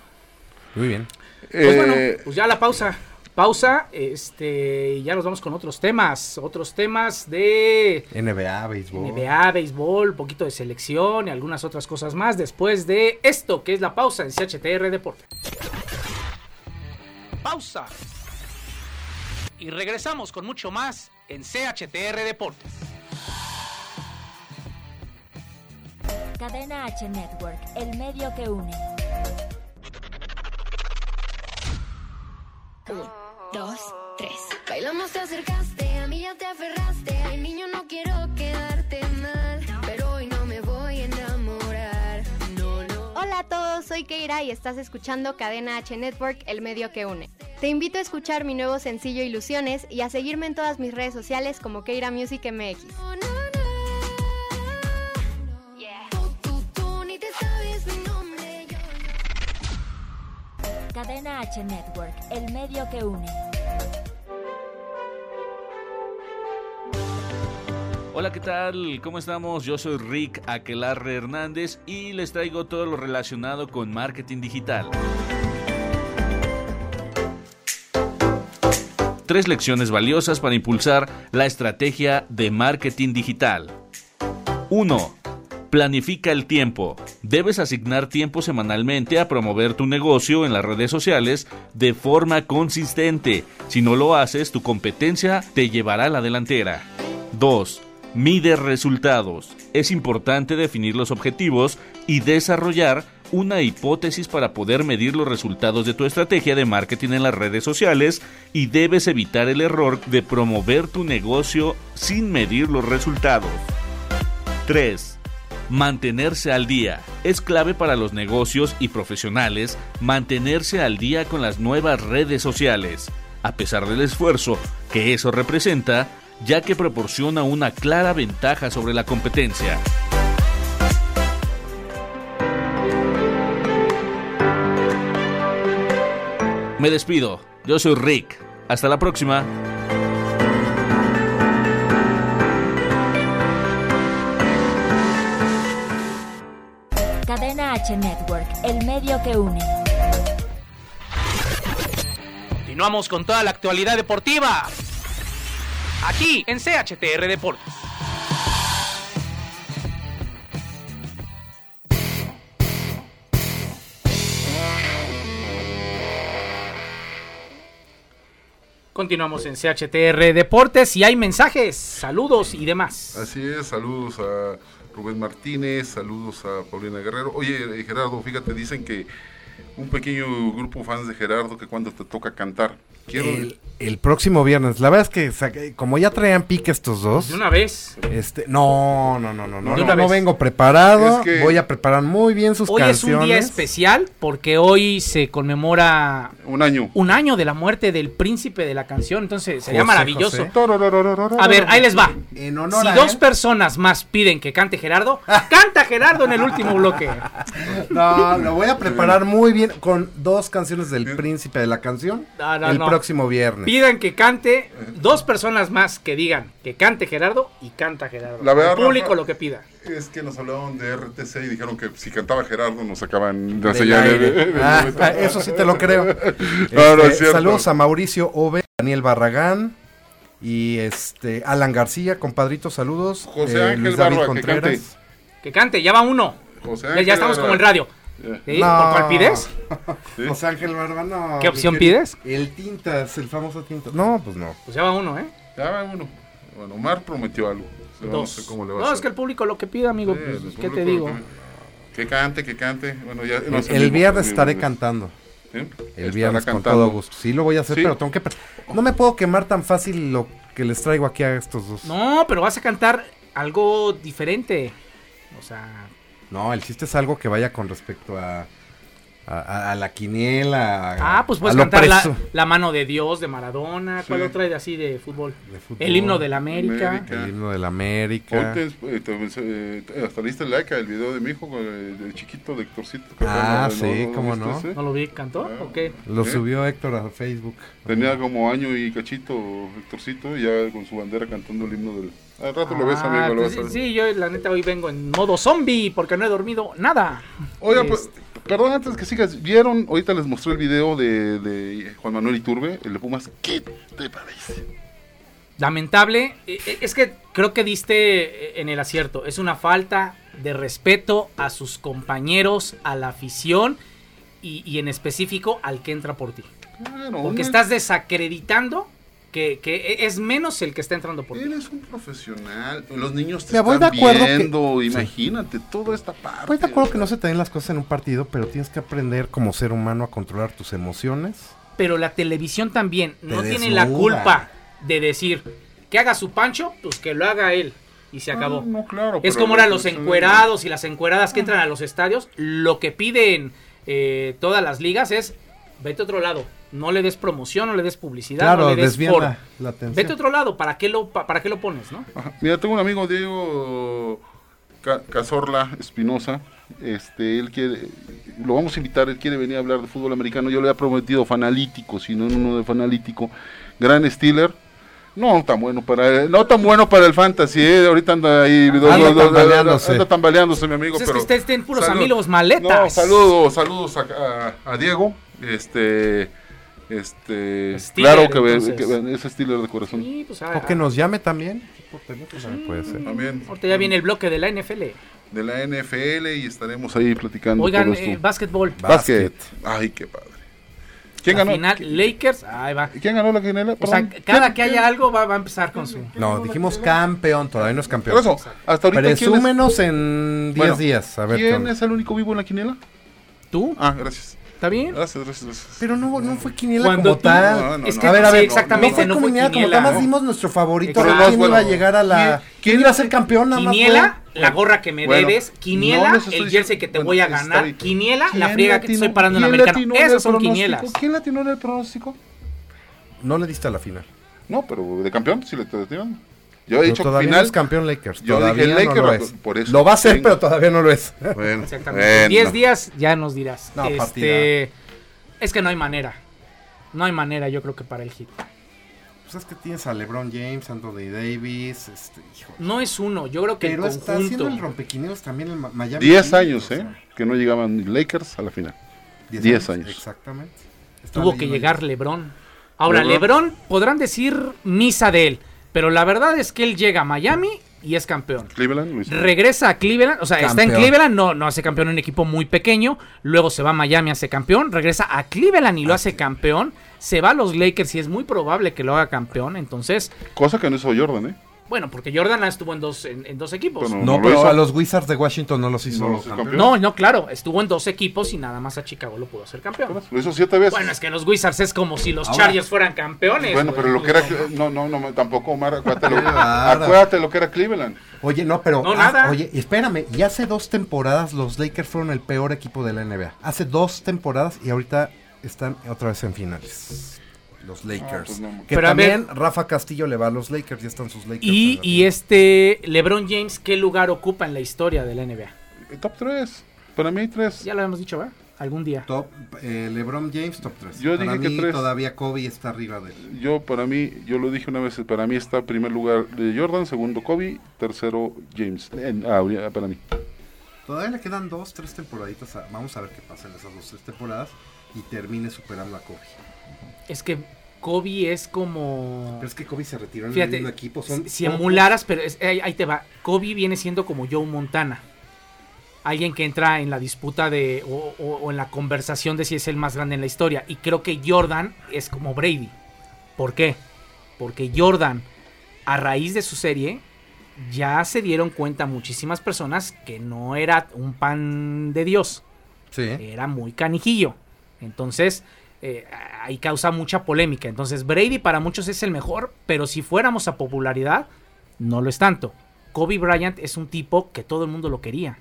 [SPEAKER 4] Muy bien.
[SPEAKER 2] Pues bueno,
[SPEAKER 3] eh,
[SPEAKER 2] pues ya la pausa. Pausa, este, y ya nos vamos con otros temas. Otros temas de
[SPEAKER 4] NBA, béisbol.
[SPEAKER 2] NBA, béisbol, poquito de selección y algunas otras cosas más después de esto, que es la pausa en CHTR Deporte. Pausa. Y regresamos con mucho más en CHTR Deportes.
[SPEAKER 1] Cadena H Network, el medio que une.
[SPEAKER 7] Un, dos, tres. Bailamos, te acercaste, a mí ya te aferraste. Ay, niño, no quiero quedarte mal. Pero hoy no me voy a enamorar. No, no.
[SPEAKER 8] Hola a todos, soy Keira y estás escuchando Cadena H Network, el medio que une. Te invito a escuchar mi nuevo sencillo Ilusiones y a seguirme en todas mis redes sociales como Keira Music MX.
[SPEAKER 7] No, no, no. Tú, tú, tú ni te sabes mi nombre. Yo no.
[SPEAKER 1] Cadena H Network, el medio que une.
[SPEAKER 9] Hola, ¿qué tal? ¿Cómo estamos? Yo soy Rick Aquelarre Hernández y les traigo todo lo relacionado con marketing digital. Tres lecciones valiosas para impulsar la estrategia de marketing digital. 1. Planifica el tiempo. Debes asignar tiempo semanalmente a promover tu negocio en las redes sociales de forma consistente. Si no lo haces, tu competencia te llevará a la delantera. 2. Mide resultados. Es importante definir los objetivos y desarrollar una hipótesis para poder medir los resultados de tu estrategia de marketing en las redes sociales y debes evitar el error de promover tu negocio sin medir los resultados. 3. Mantenerse al día. Es clave para los negocios y profesionales mantenerse al día con las nuevas redes sociales, a pesar del esfuerzo que eso representa, ya que proporciona una clara ventaja sobre la competencia. Me despido, yo soy Rick. Hasta la próxima.
[SPEAKER 1] Cadena H Network, el medio que une.
[SPEAKER 2] Continuamos con toda la actualidad deportiva. Aquí en CHTR Deportes. Continuamos en CHTR Deportes y hay mensajes, saludos y demás.
[SPEAKER 3] Así es, saludos a Rubén Martínez, saludos a Paulina Guerrero. Oye, eh, Gerardo, fíjate, dicen que un pequeño grupo fans de Gerardo que cuando te toca cantar. Quiero...
[SPEAKER 4] El, el próximo viernes. La verdad es que saqué- como ya traían pique estos dos.
[SPEAKER 2] De una vez.
[SPEAKER 4] Este, no, no, no, no, no,
[SPEAKER 2] De
[SPEAKER 4] no,
[SPEAKER 2] una
[SPEAKER 4] no
[SPEAKER 2] vez.
[SPEAKER 4] vengo preparado.
[SPEAKER 2] Es que-
[SPEAKER 4] Voy a preparar muy bien sus
[SPEAKER 2] Hoy es
[SPEAKER 4] Pues canciones.
[SPEAKER 2] un día especial porque hoy se conmemora
[SPEAKER 3] un año.
[SPEAKER 2] Un año de la muerte del príncipe de la canción, entonces sería
[SPEAKER 4] José,
[SPEAKER 2] maravilloso.
[SPEAKER 4] José.
[SPEAKER 2] A ver, ahí les va.
[SPEAKER 4] En honor
[SPEAKER 2] si
[SPEAKER 4] a
[SPEAKER 2] dos
[SPEAKER 4] él.
[SPEAKER 2] personas más piden que cante
[SPEAKER 4] [laughs]
[SPEAKER 2] Gerardo, canta Gerardo en el último bloque.
[SPEAKER 4] No, lo voy a preparar muy bien con dos canciones del príncipe de la canción.
[SPEAKER 2] No, no,
[SPEAKER 4] el
[SPEAKER 2] no.
[SPEAKER 4] próximo viernes.
[SPEAKER 2] Pidan que cante dos personas más que digan que cante Gerardo y canta Gerardo.
[SPEAKER 3] La verdad,
[SPEAKER 2] el público
[SPEAKER 3] Rafa,
[SPEAKER 2] lo que pida.
[SPEAKER 3] Es que nos hablaron de RTC y dijeron que si cantaba Gerardo nos sacaban de la
[SPEAKER 4] Del
[SPEAKER 3] señal.
[SPEAKER 4] aire.
[SPEAKER 3] de- de-
[SPEAKER 4] Ah,
[SPEAKER 3] de-
[SPEAKER 4] ah, eso sí te lo creo.
[SPEAKER 3] No, no
[SPEAKER 4] Este,
[SPEAKER 3] es cierto.
[SPEAKER 4] saludos a Mauricio Ove, Daniel Barragán y este Alan García, compadrito, saludos.
[SPEAKER 3] José
[SPEAKER 4] Eh,
[SPEAKER 3] Ángel
[SPEAKER 4] Luis David
[SPEAKER 3] Barba, que
[SPEAKER 4] Contreras.
[SPEAKER 3] cante.
[SPEAKER 2] Que cante, ya va uno.
[SPEAKER 3] José
[SPEAKER 2] Ya- ya,
[SPEAKER 3] Ángel
[SPEAKER 2] estamos
[SPEAKER 3] Barba.
[SPEAKER 2] como en radio.
[SPEAKER 3] Yeah.
[SPEAKER 2] ¿Sí? ¿Por cuál pides?
[SPEAKER 4] José Ángel Barba, no.
[SPEAKER 2] ¿Qué opción
[SPEAKER 4] mi querido.
[SPEAKER 2] pides?
[SPEAKER 4] El Tintas, el famoso Tintas. No, pues no.
[SPEAKER 2] Pues ya va uno, ¿eh?
[SPEAKER 3] Ya va uno. Bueno, Omar prometió algo. pero No
[SPEAKER 2] Dos.
[SPEAKER 3] sé cómo le va
[SPEAKER 2] No,
[SPEAKER 3] a
[SPEAKER 2] es que
[SPEAKER 3] hacer.
[SPEAKER 2] el público lo que pida, amigo.
[SPEAKER 3] Sí,
[SPEAKER 2] pues,
[SPEAKER 3] el
[SPEAKER 2] ¿Qué te
[SPEAKER 3] público
[SPEAKER 2] digo?
[SPEAKER 3] Que cante, que cante. Bueno, ya, no
[SPEAKER 4] El-
[SPEAKER 3] es
[SPEAKER 4] el
[SPEAKER 3] mismo,
[SPEAKER 4] viernes
[SPEAKER 3] es el
[SPEAKER 4] estaré
[SPEAKER 3] mismo.
[SPEAKER 4] cantando.
[SPEAKER 3] ¿Sí?
[SPEAKER 4] El
[SPEAKER 3] Estará
[SPEAKER 4] viernes con
[SPEAKER 3] cantando.
[SPEAKER 4] todo gusto. Sí lo voy a hacer,
[SPEAKER 3] Sí.
[SPEAKER 4] pero tengo que... pre- No me puedo quemar tan fácil lo que les traigo aquí a estos dos.
[SPEAKER 2] No, pero vas a cantar algo diferente. O sea,
[SPEAKER 4] No, el chiste es algo que vaya con respecto a... a- A, a la quiniela. a-
[SPEAKER 3] Eh,
[SPEAKER 2] ah, pues
[SPEAKER 4] a
[SPEAKER 2] puedes
[SPEAKER 4] lo
[SPEAKER 2] cantar la,
[SPEAKER 4] preso.
[SPEAKER 2] La mano de Dios de Maradona, ¿cuál
[SPEAKER 3] Sí.
[SPEAKER 2] otra es así de fútbol?
[SPEAKER 4] De fútbol.
[SPEAKER 2] El himno de la América.
[SPEAKER 3] América.
[SPEAKER 4] El himno de la
[SPEAKER 3] Hoy
[SPEAKER 4] América.
[SPEAKER 3] te, eh, te- eh, te- hasta leíste el like al video de mi hijo, con el, el chiquito de Héctorcito. que
[SPEAKER 4] Ah,
[SPEAKER 3] no- no-
[SPEAKER 4] sí,
[SPEAKER 3] no
[SPEAKER 4] cómo
[SPEAKER 3] viste
[SPEAKER 4] no.
[SPEAKER 3] ese.
[SPEAKER 2] ¿No lo vi? ¿Cantó?
[SPEAKER 3] Ah.
[SPEAKER 2] ¿O qué?
[SPEAKER 4] Lo
[SPEAKER 3] ¿Eh?
[SPEAKER 4] subió Héctor a Facebook.
[SPEAKER 3] Tenía como año y cachito Héctorcito, y ya con su bandera cantando el himno del. Al rato lo ves,
[SPEAKER 2] Ah,
[SPEAKER 3] amigo, lo
[SPEAKER 2] pues
[SPEAKER 3] vas a ver.
[SPEAKER 2] sí, sí, yo la neta hoy vengo en modo zombie porque no he dormido nada.
[SPEAKER 3] Oiga, pues, perdón, antes que sigas, ¿vieron? Ahorita les mostré el video de, de Juan Manuel Iturbe, el de Pumas. ¿Qué te parece?
[SPEAKER 2] Lamentable, eh, eh, es que creo que diste eh, en el acierto. Es una falta de respeto a sus compañeros, a la afición y, y en específico al que entra por ti.
[SPEAKER 3] Claro,
[SPEAKER 2] Porque
[SPEAKER 3] un-
[SPEAKER 2] estás desacreditando que, que es menos el que está entrando por ti.
[SPEAKER 3] Eres un profesional, los niños te
[SPEAKER 4] Mira, voy
[SPEAKER 3] están
[SPEAKER 4] de acuerdo que-
[SPEAKER 3] viendo, imagínate, toda esta parte. Ah,
[SPEAKER 4] Pues de acuerdo que no se te den las cosas en un partido, pero tienes que aprender como ser humano a controlar tus emociones.
[SPEAKER 2] pero la televisión también no
[SPEAKER 4] Te
[SPEAKER 2] tiene la
[SPEAKER 4] desnuda.
[SPEAKER 2] culpa de decir que haga su pancho, pues que lo haga él. Y se acabó.
[SPEAKER 3] Ah, No, no, claro,
[SPEAKER 2] es
[SPEAKER 3] pero
[SPEAKER 2] como
[SPEAKER 3] lo
[SPEAKER 2] ahora
[SPEAKER 3] que Ah.
[SPEAKER 2] los
[SPEAKER 3] sucede-
[SPEAKER 2] encuerados y las encueradas que entran a los estadios. Lo que piden eh, todas las ligas es vete a otro lado. No le des promoción, no le des publicidad,
[SPEAKER 4] Claro,
[SPEAKER 2] no le des
[SPEAKER 4] desvían
[SPEAKER 2] foro.
[SPEAKER 4] la, la atención.
[SPEAKER 2] Vete a otro lado, ¿para qué lo, pa- para qué lo pones, no?
[SPEAKER 3] Ajá. Mira, tengo un amigo, Diego Ca- Cazorla Espinosa. Este, él quiere, lo vamos a invitar, él quiere venir a hablar de fútbol americano. Yo le había prometido fanalítico, si no en uno de fanalítico. Gran Steeler. No tan bueno para no tan bueno para el fantasy, eh, ahorita anda ahí
[SPEAKER 4] Anda tambaleándose.
[SPEAKER 3] anda tambaleándose, mi amigo,
[SPEAKER 2] Pues es
[SPEAKER 3] pero
[SPEAKER 2] que ustedes tienen puros
[SPEAKER 3] salud.
[SPEAKER 2] amigos maletas.
[SPEAKER 3] No, saludos, saludos a, a- a Diego. Este este
[SPEAKER 2] Steeler,
[SPEAKER 3] claro que, ve-
[SPEAKER 2] entonces.
[SPEAKER 3] que ve- es Steeler de corazón.
[SPEAKER 2] Sí, pues, ah,
[SPEAKER 4] O que nos llame también. Por teléfono, Puede ser.
[SPEAKER 3] También.
[SPEAKER 2] Ahorita ya viene el bloque de la NFL.
[SPEAKER 3] de la NFL y estaremos ahí platicando.
[SPEAKER 2] Oigan,
[SPEAKER 3] todo esto.
[SPEAKER 2] eh, básquetbol.
[SPEAKER 3] Básquet. Ay, qué padre. ¿Quién
[SPEAKER 2] la
[SPEAKER 3] ganó?
[SPEAKER 2] final,
[SPEAKER 3] ¿Qui-
[SPEAKER 2] Lakers. Ahí va.
[SPEAKER 3] ¿Quién ganó la quinela?
[SPEAKER 2] O sea,
[SPEAKER 3] Perdón.
[SPEAKER 2] cada
[SPEAKER 3] ¿Quién-
[SPEAKER 2] que haya algo va, va a empezar con su.
[SPEAKER 4] No, dijimos campeón, todavía no es
[SPEAKER 3] Por
[SPEAKER 4] campeón.
[SPEAKER 3] eso, hasta ahorita. ¿quién es-
[SPEAKER 4] Presúmenos en 10
[SPEAKER 3] Bueno,
[SPEAKER 4] días. A ver,
[SPEAKER 3] ¿Quién
[SPEAKER 4] qué-
[SPEAKER 3] es el único vivo en la quinela?
[SPEAKER 2] ¿Tú?
[SPEAKER 3] Ah, gracias.
[SPEAKER 2] ¿Está bien?
[SPEAKER 3] Gracias, gracias, gracias.
[SPEAKER 4] Pero no, no fue quiniela
[SPEAKER 2] Cuando
[SPEAKER 4] como
[SPEAKER 2] tú-
[SPEAKER 4] tal.
[SPEAKER 3] No, no,
[SPEAKER 2] Es
[SPEAKER 3] no,
[SPEAKER 2] que
[SPEAKER 4] a ver, a
[SPEAKER 2] sí,
[SPEAKER 4] ver,
[SPEAKER 2] exactamente, no
[SPEAKER 4] no fue
[SPEAKER 2] fue
[SPEAKER 4] quiniela, como
[SPEAKER 2] quiniela,
[SPEAKER 4] tal, más
[SPEAKER 2] ¿no?
[SPEAKER 4] dimos nuestro favorito.
[SPEAKER 2] Exacto.
[SPEAKER 4] ¿Quién
[SPEAKER 3] Pero no,
[SPEAKER 4] iba a
[SPEAKER 3] bueno,
[SPEAKER 4] llegar a la...
[SPEAKER 3] ¿quién-
[SPEAKER 4] ¿Quién iba a ser campeón? Nada más
[SPEAKER 2] Quiniela,
[SPEAKER 4] fue?
[SPEAKER 2] la gorra que me
[SPEAKER 3] Bueno,
[SPEAKER 2] debes. Quiniela,
[SPEAKER 3] no les estoy
[SPEAKER 2] el jersey
[SPEAKER 3] diciendo-
[SPEAKER 2] que te
[SPEAKER 3] bueno,
[SPEAKER 2] voy a
[SPEAKER 3] está
[SPEAKER 2] ganar.
[SPEAKER 3] bien.
[SPEAKER 2] Quiniela, la
[SPEAKER 3] ¿Quién
[SPEAKER 2] friega que te
[SPEAKER 3] latinó-
[SPEAKER 2] estoy parando en
[SPEAKER 3] quién
[SPEAKER 2] Americano.
[SPEAKER 3] latinó en el
[SPEAKER 2] Esas son
[SPEAKER 3] pronóstico?
[SPEAKER 2] quinielas.
[SPEAKER 3] ¿Quién latinó en el pronóstico?
[SPEAKER 4] No le diste a la final.
[SPEAKER 3] No, pero de campeón sí le estoy latinando. Yo he
[SPEAKER 4] Pero
[SPEAKER 3] dicho
[SPEAKER 4] todavía
[SPEAKER 3] final.
[SPEAKER 4] no es campeón Lakers.
[SPEAKER 3] Yo
[SPEAKER 4] todavía
[SPEAKER 3] dije Lakers,
[SPEAKER 4] no lo
[SPEAKER 3] pero
[SPEAKER 4] es.
[SPEAKER 3] por eso
[SPEAKER 4] Lo va a ser,
[SPEAKER 3] tengo-
[SPEAKER 4] pero todavía no lo es.
[SPEAKER 3] Bueno,
[SPEAKER 2] Exactamente.
[SPEAKER 3] bueno.
[SPEAKER 2] En 10 días ya nos dirás.
[SPEAKER 4] No,
[SPEAKER 2] este, es que no hay manera. No hay manera, yo creo que para el hit.
[SPEAKER 4] [laughs] Pues es que tienes a LeBron James, Anthony Davis, este, hijo.
[SPEAKER 2] No es uno, yo creo que
[SPEAKER 4] Pero
[SPEAKER 2] el
[SPEAKER 4] está haciendo el
[SPEAKER 2] conjunto.
[SPEAKER 4] rompequineos también el Ma- Miami.
[SPEAKER 3] 10
[SPEAKER 4] Heat, o
[SPEAKER 3] años,
[SPEAKER 4] sea,
[SPEAKER 3] ¿eh? Que no llegaban ni Lakers a la final.
[SPEAKER 4] 10
[SPEAKER 3] 10 años.
[SPEAKER 4] Exactamente. Está
[SPEAKER 2] Tuvo
[SPEAKER 4] ahí,
[SPEAKER 2] que
[SPEAKER 4] ¿no?
[SPEAKER 2] llegar LeBron. Ahora,
[SPEAKER 3] LeBron.
[SPEAKER 2] LeBron podrán decir misa de él, pero la verdad es que él llega a Miami y es campeón.
[SPEAKER 3] Cleveland lo hizo.
[SPEAKER 2] Regresa a Cleveland, o sea, está en
[SPEAKER 4] Campeón.
[SPEAKER 2] Cleveland, no, no hace campeón en un equipo muy pequeño, luego se va a Miami, hace campeón, regresa a Cleveland
[SPEAKER 4] Ah,
[SPEAKER 2] y lo hace campeón, se va a los Lakers y es muy probable que lo haga campeón, entonces,
[SPEAKER 3] Cosa que no hizo Jordan, ¿eh?
[SPEAKER 2] bueno, porque Jordan estuvo en dos, en, en dos equipos.
[SPEAKER 3] Bueno,
[SPEAKER 4] No,
[SPEAKER 3] No lo
[SPEAKER 4] pero
[SPEAKER 3] hizo.
[SPEAKER 4] a los Wizards de Washington no los hizo.
[SPEAKER 3] No los hizo
[SPEAKER 4] campeón.
[SPEAKER 3] campeón.
[SPEAKER 2] No, no, claro, estuvo en dos equipos y nada más a Chicago lo pudo hacer campeón.
[SPEAKER 3] Lo hizo 7 veces.
[SPEAKER 2] Bueno, es que los Wizards es como si los
[SPEAKER 4] Ahora-
[SPEAKER 2] Chargers fueran campeones.
[SPEAKER 3] Bueno,
[SPEAKER 2] güey.
[SPEAKER 3] pero lo que era. No, no, no, tampoco, Omar. Acuérdate lo,
[SPEAKER 4] Qué bárbaro.
[SPEAKER 3] acuérdate lo que era Cleveland.
[SPEAKER 4] Oye, no, pero.
[SPEAKER 2] No,
[SPEAKER 4] ah,
[SPEAKER 2] nada.
[SPEAKER 4] Oye, espérame. Y hace dos temporadas los Lakers fueron el peor equipo de la NBA. Hace dos temporadas y ahorita están otra vez en finales. Los Lakers.
[SPEAKER 3] pues no.
[SPEAKER 4] Que
[SPEAKER 2] Pero a
[SPEAKER 4] también Rafa Castillo le va a los Lakers. Ya están sus Lakers. en
[SPEAKER 2] Y,
[SPEAKER 4] la
[SPEAKER 2] y este LeBron James, ¿qué lugar ocupa en la historia de la NBA?
[SPEAKER 3] Eh, Top 3. Para mí hay 3.
[SPEAKER 2] Ya lo habíamos dicho, ¿verdad? Algún día.
[SPEAKER 4] Top, eh, LeBron James, top 3.
[SPEAKER 3] Yo dije que tres.
[SPEAKER 4] todavía Kobe está arriba de él.
[SPEAKER 3] Yo, para mí, yo lo dije una vez, para mí está en primer lugar de Jordan, segundo Kobe, tercero James. En- ah, para mí.
[SPEAKER 4] Todavía le quedan dos, tres temporaditas. a- vamos a ver qué pasa en esas dos, tres temporadas. Y termine superando a Kobe.
[SPEAKER 2] Es que Kobe es como...
[SPEAKER 4] Pero es que Kobe se retiró en el
[SPEAKER 2] Fíjate,
[SPEAKER 4] mismo equipo. Son
[SPEAKER 2] si, si emularas, pero es- ahí, ahí te va. Kobe viene siendo como Joe Montana. Alguien que entra en la disputa de o, o- o en la conversación de si es el más grande en la historia. Y creo que Jordan es como Brady. ¿Por qué? Porque Jordan, a raíz de su serie, ya se dieron cuenta muchísimas personas que no era un pan de Dios
[SPEAKER 4] Sí.
[SPEAKER 2] era muy canijillo. Entonces, eh, ahí causa mucha polémica. Entonces, Brady para muchos es el mejor, pero si fuéramos a popularidad, no lo es tanto. Kobe Bryant es un tipo que todo el mundo lo quería.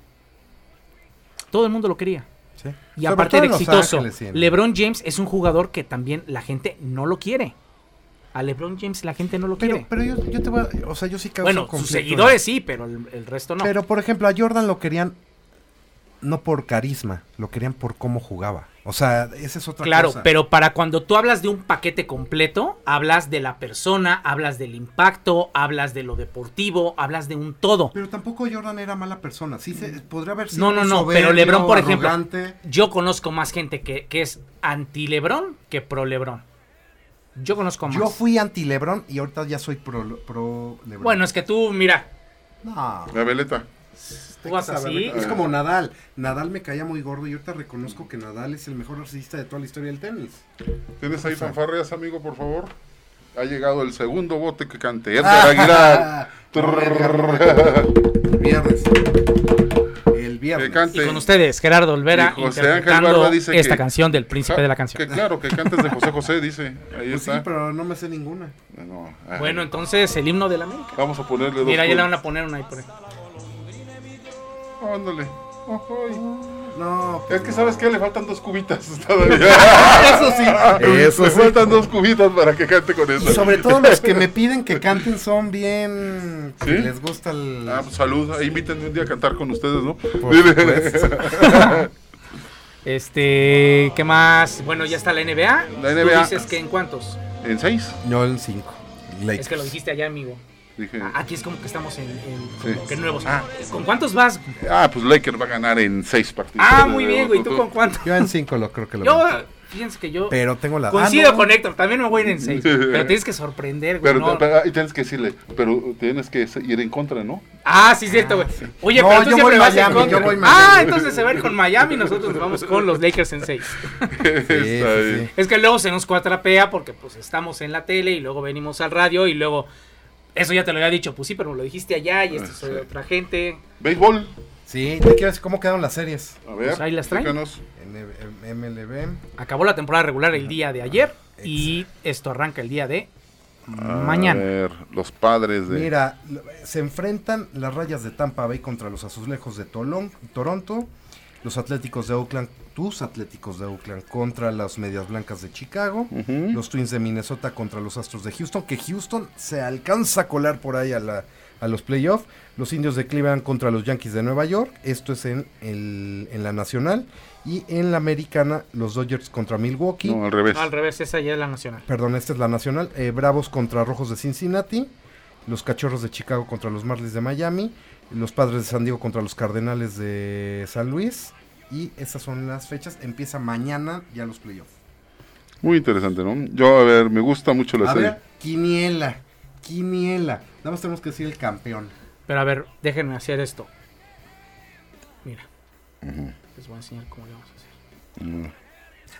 [SPEAKER 2] Todo el mundo lo quería.
[SPEAKER 4] sí.
[SPEAKER 2] Y
[SPEAKER 4] Sobre
[SPEAKER 2] aparte
[SPEAKER 4] todo
[SPEAKER 2] era
[SPEAKER 4] en Los
[SPEAKER 2] exitoso.
[SPEAKER 4] Ángeles, sí, en-
[SPEAKER 2] LeBron James es un jugador que también la gente no lo quiere. A LeBron James la gente no lo
[SPEAKER 4] Pero,
[SPEAKER 2] quiere.
[SPEAKER 4] pero yo, yo te voy a. O sea, yo sí causo
[SPEAKER 2] bueno, sus
[SPEAKER 4] conflicto,
[SPEAKER 2] seguidores sí, pero el, el resto
[SPEAKER 4] ¿no?
[SPEAKER 2] no.
[SPEAKER 4] Pero por ejemplo, a Jordan lo querían. No por carisma, lo querían por cómo jugaba. O sea, esa es otra
[SPEAKER 2] Claro,
[SPEAKER 4] cosa.
[SPEAKER 2] pero para cuando tú hablas de un paquete completo, hablas de la persona, hablas del impacto, hablas de lo deportivo, hablas de un todo.
[SPEAKER 4] Pero tampoco Jordan era mala persona. Sí, se, podría haber sido.
[SPEAKER 2] No, no, no,
[SPEAKER 4] soberbio,
[SPEAKER 2] pero LeBron, por ejemplo.
[SPEAKER 4] arrogante.
[SPEAKER 2] Yo conozco más gente que, que es anti-Lebrón que pro-Lebrón. Yo conozco más.
[SPEAKER 4] Yo fui anti LeBron y ahorita ya soy pro, pro LeBron.
[SPEAKER 2] Bueno, es que tú, mira,
[SPEAKER 4] no. este
[SPEAKER 3] La veleta.
[SPEAKER 2] tú vas así.
[SPEAKER 4] Es como Nadal. Nadal me caía muy gordo y ahorita reconozco que Nadal es el mejor arcista de toda la historia del tenis.
[SPEAKER 3] ¿Tienes ahí fanfarreas, amigo, por favor? Ha llegado el segundo bote que cante. Edgar Aguilar.
[SPEAKER 4] El viernes. El
[SPEAKER 3] Que
[SPEAKER 4] viernes.
[SPEAKER 3] cante.
[SPEAKER 2] Y con ustedes, Gerardo Olvera,
[SPEAKER 3] Y José Ángel
[SPEAKER 2] interpretando
[SPEAKER 3] Barba dice
[SPEAKER 2] esta
[SPEAKER 3] que- Ah,
[SPEAKER 2] canción del príncipe de la
[SPEAKER 3] Que
[SPEAKER 2] canción.
[SPEAKER 3] claro, que cantes de José José, dice. Ahí
[SPEAKER 4] Pues sí,
[SPEAKER 3] está.
[SPEAKER 4] pero no me sé ninguna.
[SPEAKER 3] No, ah.
[SPEAKER 2] Bueno, entonces, el himno de la América.
[SPEAKER 3] Vamos a ponerle dos.
[SPEAKER 2] Mira, ya le van a
[SPEAKER 3] puntos.
[SPEAKER 2] poner una ahí por ahí.
[SPEAKER 3] Ándale. Ay.
[SPEAKER 4] No.
[SPEAKER 3] Es que, ¿sabes qué? Le faltan dos cubitas [laughs] todavía.
[SPEAKER 4] Eso sí. Eso
[SPEAKER 3] Le
[SPEAKER 4] sí.
[SPEAKER 3] faltan dos cubitas para que cante con eso.
[SPEAKER 4] Y sobre todo los
[SPEAKER 3] [laughs]
[SPEAKER 4] que me piden que canten son bien.
[SPEAKER 3] ¿Sí?
[SPEAKER 4] que Les gusta el.
[SPEAKER 3] Ah, pues, salud. Ahí invítenme un día a cantar con ustedes, ¿no?
[SPEAKER 4] Por
[SPEAKER 3] Dile.
[SPEAKER 4] supuesto.
[SPEAKER 2] Este, ¿qué más? Bueno, ya está la NBA.
[SPEAKER 3] La NBA.
[SPEAKER 2] Tú dices que en cuántos.
[SPEAKER 3] en seis.
[SPEAKER 4] No, el 5.
[SPEAKER 2] Es que lo dijiste allá, amigo.
[SPEAKER 3] Dije.
[SPEAKER 2] A- Ah, Aquí es como que estamos en, en-
[SPEAKER 3] Sí.
[SPEAKER 2] como que nuevos.
[SPEAKER 4] Ah.
[SPEAKER 2] ¿Con cuántos vas?
[SPEAKER 3] Ah, pues Laker va a ganar en seis partidos.
[SPEAKER 2] Ah, muy bien, güey. ¿Tú con cuántos?
[SPEAKER 4] Yo en 5 lo creo que lo
[SPEAKER 2] Yo
[SPEAKER 4] veo.
[SPEAKER 2] pienso que yo
[SPEAKER 4] Pero tengo la.
[SPEAKER 2] coincido
[SPEAKER 4] ah, no.
[SPEAKER 2] con Héctor. También me voy a ir en seis. Pero tienes que sorprender, güey.
[SPEAKER 3] Pero,
[SPEAKER 2] ¿no?
[SPEAKER 3] pero, ah, y tienes que decirle, pero tienes que ir en contra, ¿no? [laughs]
[SPEAKER 2] Ah, sí, cierto, güey. Oye,
[SPEAKER 4] No,
[SPEAKER 2] pero tú
[SPEAKER 4] yo
[SPEAKER 2] siempre
[SPEAKER 4] voy
[SPEAKER 2] vas en
[SPEAKER 4] Miami,
[SPEAKER 2] contra.
[SPEAKER 4] yo voy Miami.
[SPEAKER 2] ah, entonces se va a ir con Miami. Nosotros nos vamos con los Lakers en seis.
[SPEAKER 3] Está
[SPEAKER 4] Sí, sí,
[SPEAKER 3] bien.
[SPEAKER 4] sí.
[SPEAKER 2] Es que luego se nos cuatrapea porque pues estamos en la tele y luego venimos al radio y luego... Eso ya te lo había dicho, pues sí, pero me lo dijiste allá y
[SPEAKER 4] Ah,
[SPEAKER 2] esto es de otra gente.
[SPEAKER 3] Béisbol.
[SPEAKER 4] Sí, te quiero decir cómo quedaron las series.
[SPEAKER 3] A ver.
[SPEAKER 2] Pues ahí las traen.
[SPEAKER 3] chécanos.
[SPEAKER 4] En en MLB.
[SPEAKER 2] Acabó la temporada regular el día de ayer y esto arranca el día de
[SPEAKER 3] A
[SPEAKER 2] mañana.
[SPEAKER 3] ver, los padres de.
[SPEAKER 4] Mira, lo- se enfrentan las rayas de Tampa Bay contra los azulejos de Tolón- Toronto, los Atléticos de Oakland, tus Atléticos de Oakland contra las Medias Blancas de Chicago,
[SPEAKER 3] Ujú.
[SPEAKER 4] los Twins de Minnesota contra los Astros de Houston, que Houston se alcanza a colar por ahí a, la- a los playoffs, los Indios de Cleveland contra los Yankees de Nueva York, esto es en, el- en la Nacional, y en la Americana los Dodgers contra Milwaukee.
[SPEAKER 3] No, al revés.
[SPEAKER 2] No, al revés, esa ya es la nacional.
[SPEAKER 4] Perdón, esta es la nacional. eh, Bravos contra Rojos de Cincinnati. Los Cachorros de Chicago contra los Marlins de Miami. Los Padres de San Diego contra los Cardenales de San Luis. Y esas son las fechas. Empieza mañana ya los playoffs.
[SPEAKER 3] Muy interesante, ¿no? Yo, a ver, me gusta mucho la
[SPEAKER 4] A
[SPEAKER 3] serie.
[SPEAKER 4] ver, Quiniela. Quiniela. Nada más tenemos que decir el campeón.
[SPEAKER 2] Pero a ver, déjenme hacer esto. Mira. Les voy a enseñar cómo le vamos a hacer.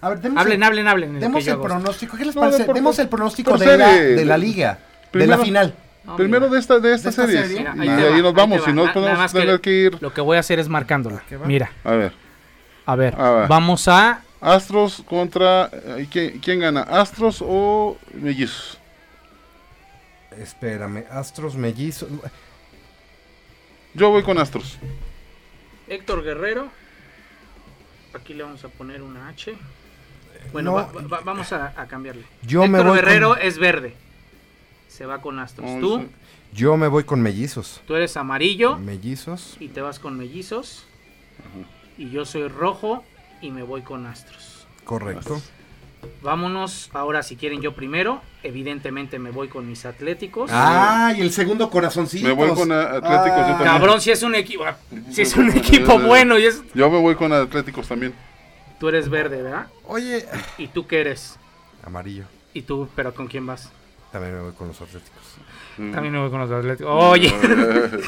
[SPEAKER 4] A ver, demos
[SPEAKER 2] Hablen,
[SPEAKER 4] el,
[SPEAKER 2] hablen, hablen. en lo
[SPEAKER 4] demos
[SPEAKER 2] que yo
[SPEAKER 4] el
[SPEAKER 2] hago esto.
[SPEAKER 4] pronóstico. ¿Qué les
[SPEAKER 3] No,
[SPEAKER 4] parece?
[SPEAKER 3] de por-
[SPEAKER 4] demos el pronóstico
[SPEAKER 3] por
[SPEAKER 4] de la,
[SPEAKER 3] serie.
[SPEAKER 4] de la liga. de
[SPEAKER 3] Primero-
[SPEAKER 4] la final.
[SPEAKER 2] No,
[SPEAKER 3] Primero
[SPEAKER 2] mira.
[SPEAKER 3] de esta, de esta,
[SPEAKER 4] esta
[SPEAKER 3] serie.
[SPEAKER 4] serie.
[SPEAKER 2] Mira,
[SPEAKER 3] Y
[SPEAKER 2] te
[SPEAKER 3] de
[SPEAKER 2] va,
[SPEAKER 3] ahí nos vamos,
[SPEAKER 2] te
[SPEAKER 3] si
[SPEAKER 2] va.
[SPEAKER 3] no
[SPEAKER 2] Na- nada
[SPEAKER 3] tenemos
[SPEAKER 2] más que
[SPEAKER 3] tener que ir.
[SPEAKER 2] Lo que voy a hacer es marcándola.
[SPEAKER 4] ¿Qué Ah, va?
[SPEAKER 2] Mira,
[SPEAKER 3] A ver,
[SPEAKER 2] a ver,
[SPEAKER 3] A ver.
[SPEAKER 2] vamos a
[SPEAKER 3] Astros contra. eh, ¿Quién, quién gana? ¿Astros o Mellizos?
[SPEAKER 4] Espérame. Astros mellizos.
[SPEAKER 3] Yo voy con Astros.
[SPEAKER 2] Héctor Guerrero. Aquí le vamos a poner una H. Bueno,
[SPEAKER 4] No.
[SPEAKER 2] va- va- va- vamos a, a cambiarle.
[SPEAKER 4] Yo me
[SPEAKER 2] Héctor
[SPEAKER 4] voy con-
[SPEAKER 2] Guerrero es verde. Se va con Astros.
[SPEAKER 3] No,
[SPEAKER 2] tú,
[SPEAKER 3] sí.
[SPEAKER 4] Yo me voy con mellizos.
[SPEAKER 2] tú eres amarillo
[SPEAKER 4] Mellizos.
[SPEAKER 2] y te vas con mellizos. Y yo soy rojo y me voy con Astros.
[SPEAKER 4] Correcto.
[SPEAKER 2] Vámonos ahora si quieren yo primero. Evidentemente me voy con mis Atléticos.
[SPEAKER 4] Ah, y el segundo corazoncito.
[SPEAKER 3] Me voy con a-
[SPEAKER 4] Ah,
[SPEAKER 3] Atléticos, yo también.
[SPEAKER 2] Cabrón, si es un equipo, si es un equipo bueno y es
[SPEAKER 3] Yo me voy con Atléticos también.
[SPEAKER 2] Tú eres verde, ¿verdad?
[SPEAKER 4] Oye.
[SPEAKER 2] ¿Y tú qué eres?
[SPEAKER 4] Amarillo.
[SPEAKER 2] ¿Y tú, pero con quién vas?
[SPEAKER 4] También me voy con los Atléticos.
[SPEAKER 2] También me voy con los Atléticos. Oye,
[SPEAKER 3] eh,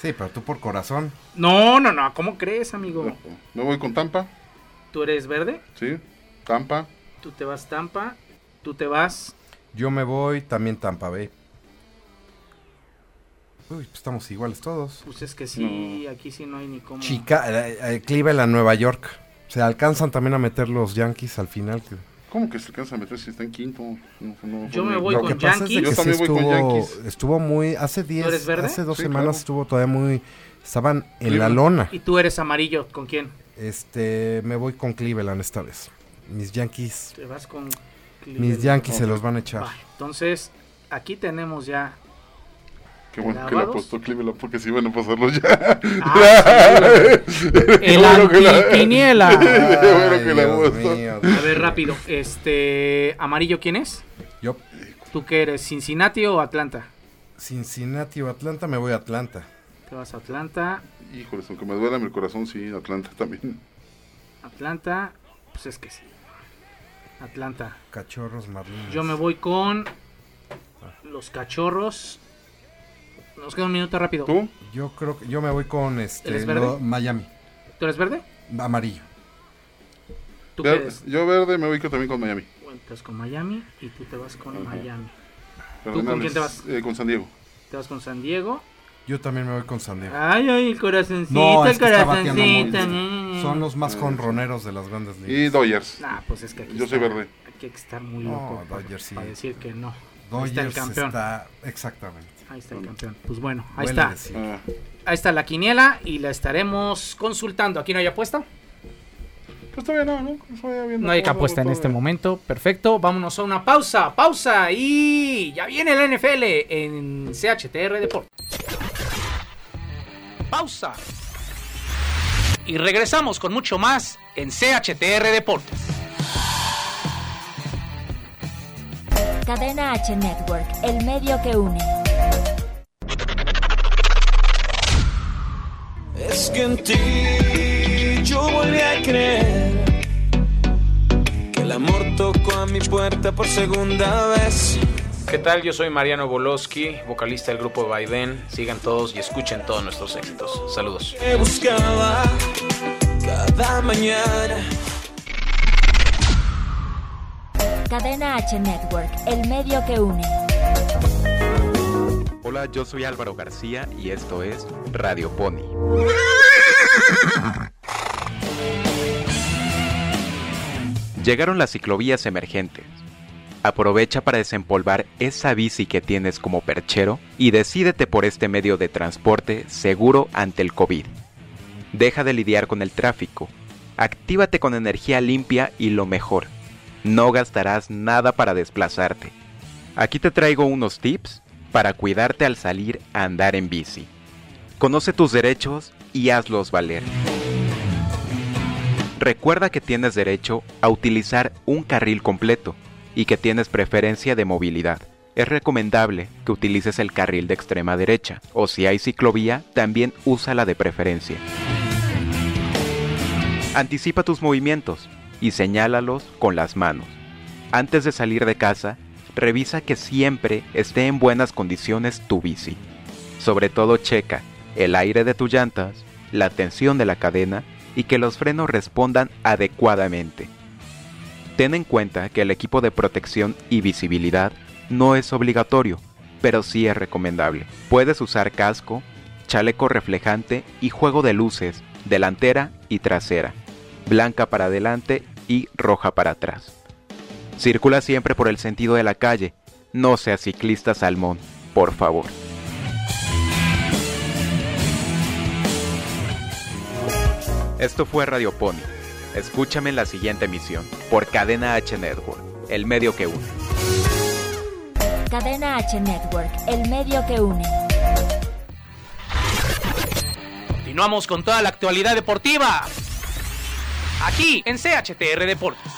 [SPEAKER 4] Sí, pero tú por corazón.
[SPEAKER 2] no, no, no, ¿cómo crees, amigo?
[SPEAKER 3] eh, Me voy con Tampa,
[SPEAKER 2] Tú eres verde,
[SPEAKER 3] ¿sí? Tampa.
[SPEAKER 2] tú te vas Tampa, tú te vas.
[SPEAKER 4] Yo me voy también Tampa Bay. Uy, pues estamos iguales todos.
[SPEAKER 2] Pues es que sí, aquí sí no hay ni cómo.
[SPEAKER 4] Chica, eh, eh, Cleveland, Nueva York. Se alcanzan también a meter los Yankees al final. que-
[SPEAKER 3] ¿Cómo que se alcanza a meter si está en quinto? No, no,
[SPEAKER 2] Yo
[SPEAKER 3] no,
[SPEAKER 2] me
[SPEAKER 3] no.
[SPEAKER 2] voy
[SPEAKER 4] Lo
[SPEAKER 2] con
[SPEAKER 4] que pasa
[SPEAKER 2] Yankees.
[SPEAKER 4] es
[SPEAKER 3] Yo
[SPEAKER 4] de que
[SPEAKER 3] también
[SPEAKER 4] sí
[SPEAKER 3] voy con Yankees.
[SPEAKER 4] estuvo, estuvo muy... Hace
[SPEAKER 2] eres
[SPEAKER 4] 10,
[SPEAKER 2] verde?
[SPEAKER 4] hace dos
[SPEAKER 3] Sí,
[SPEAKER 4] semanas
[SPEAKER 3] claro.
[SPEAKER 4] estuvo todavía muy... Estaban en la
[SPEAKER 3] Cleveland.
[SPEAKER 4] lona.
[SPEAKER 2] Y tú eres amarillo, ¿con quién?
[SPEAKER 4] Este, me voy con Cleveland esta vez. Mis Yankees,
[SPEAKER 2] Te vas con. Cleveland.
[SPEAKER 4] mis Yankees se los van a echar.
[SPEAKER 2] Va, entonces, aquí tenemos ya.
[SPEAKER 3] Qué bueno que le
[SPEAKER 2] ¿Lavados?
[SPEAKER 3] apostó Cleveland porque si van a pasarlo ya.
[SPEAKER 2] Ah,
[SPEAKER 3] [laughs] Qué
[SPEAKER 2] El
[SPEAKER 3] bueno que la-
[SPEAKER 2] antiquiniela.
[SPEAKER 3] Qué bueno
[SPEAKER 4] [laughs] Ay,
[SPEAKER 3] que la
[SPEAKER 4] Dios
[SPEAKER 3] apostó.
[SPEAKER 4] mío.
[SPEAKER 2] A ver, rápido. Este. ¿Amarillo quién es?
[SPEAKER 4] Yo,
[SPEAKER 2] ¿Tú qué eres? ¿Cincinnati o Atlanta?
[SPEAKER 4] Cincinnati o Atlanta, me voy a Atlanta.
[SPEAKER 2] Te vas a Atlanta,
[SPEAKER 3] Híjoles, aunque me duela mi corazón, sí, Atlanta también.
[SPEAKER 2] Atlanta, pues es que sí. Atlanta.
[SPEAKER 4] Cachorros, Marlins.
[SPEAKER 2] Yo me voy con los cachorros. Nos queda un minuto rápido.
[SPEAKER 3] ¿Tú?
[SPEAKER 4] Yo creo que yo me voy con este
[SPEAKER 2] ¿Eres verde?
[SPEAKER 4] lo- Miami,
[SPEAKER 2] ¿Tú eres verde?
[SPEAKER 4] amarillo.
[SPEAKER 2] ¿Tú
[SPEAKER 3] Ver-
[SPEAKER 2] qué eres?
[SPEAKER 3] yo verde me voy que también con Miami.
[SPEAKER 2] Bueno, te vas con Miami y tú te vas con
[SPEAKER 3] Ajá.
[SPEAKER 2] Miami.
[SPEAKER 3] Cardenales,
[SPEAKER 2] con quién te vas?
[SPEAKER 3] eh, con San Diego.
[SPEAKER 2] Te vas con San Diego.
[SPEAKER 4] Yo también me voy con San Diego.
[SPEAKER 2] Ay, ay, el corazoncito,
[SPEAKER 4] No, es
[SPEAKER 2] el
[SPEAKER 4] que está bateando muy
[SPEAKER 2] corazoncito.
[SPEAKER 4] bien. Son los más jonroneros de las grandes
[SPEAKER 3] Y
[SPEAKER 4] ligas.
[SPEAKER 3] Dodgers.
[SPEAKER 2] Nah, pues es que aquí
[SPEAKER 3] Yo soy
[SPEAKER 2] está-
[SPEAKER 3] verde.
[SPEAKER 2] Aquí hay que estar muy
[SPEAKER 4] No,
[SPEAKER 2] loco para,
[SPEAKER 4] Dodgers sí.
[SPEAKER 2] para decir que no. ahí está el
[SPEAKER 4] Dodgers
[SPEAKER 2] campeón.
[SPEAKER 4] está exactamente.
[SPEAKER 2] Ahí está el campeón. Pues bueno, ahí
[SPEAKER 4] Huele a
[SPEAKER 2] está.
[SPEAKER 4] decir.
[SPEAKER 3] Ah,
[SPEAKER 2] Ahí está la quiniela y la estaremos consultando. ¿Aquí no hay apuesta?
[SPEAKER 3] pues todavía no, ¿no? Pues todavía viendo
[SPEAKER 2] No hay
[SPEAKER 3] cómo va
[SPEAKER 2] apuesta en
[SPEAKER 3] todo.
[SPEAKER 2] este momento. Perfecto. Vámonos a una pausa. Pausa. Y ya viene la NFL en CHTR Deportes. Pausa. Y regresamos con mucho más en CHTR Deportes.
[SPEAKER 1] Cadena H Network, el medio que une.
[SPEAKER 5] Es que en ti yo volví a creer que el amor tocó a mi puerta por segunda vez.
[SPEAKER 10] ¿Qué tal? Yo soy Mariano Boloski, vocalista del grupo Biden. Sigan todos y escuchen todos nuestros éxitos. Saludos.
[SPEAKER 5] Te buscaba cada mañana.
[SPEAKER 1] Cadena H Network, el medio que une.
[SPEAKER 10] Hola, yo soy Álvaro García y esto es Radio Pony.
[SPEAKER 9] Llegaron las ciclovías emergentes. Aprovecha para desempolvar esa bici que tienes como perchero y decídete por este medio de transporte seguro ante el COVID. Deja de lidiar con el tráfico. Actívate con energía limpia y lo mejor. No gastarás nada para desplazarte. Aquí te traigo unos tips para cuidarte al salir a andar en bici. Conoce tus derechos y hazlos valer. Recuerda que tienes derecho a utilizar un carril completo y que tienes preferencia de movilidad. Es recomendable que utilices el carril de extrema derecha o si hay ciclovía, también úsala de preferencia. Anticipa tus movimientos y señálalos con las manos. Antes de salir de casa, revisa que siempre esté en buenas condiciones tu bici. Sobre todo checa el aire de tus llantas, la tensión de la cadena y que los frenos respondan adecuadamente. Ten en cuenta que el equipo de protección y visibilidad no es obligatorio, pero sí es recomendable. Puedes usar casco, chaleco reflejante y juego de luces delantera y trasera, blanca para adelante y roja para atrás. Circula siempre por el sentido de la calle, no seas ciclista salmón, por favor. Esto fue Radio Pony. Escúchame en la siguiente emisión por Cadena H Network, el medio que une.
[SPEAKER 1] Cadena H Network, el medio que une.
[SPEAKER 2] Continuamos con toda la actualidad deportiva. Aquí en CHTR Deportes.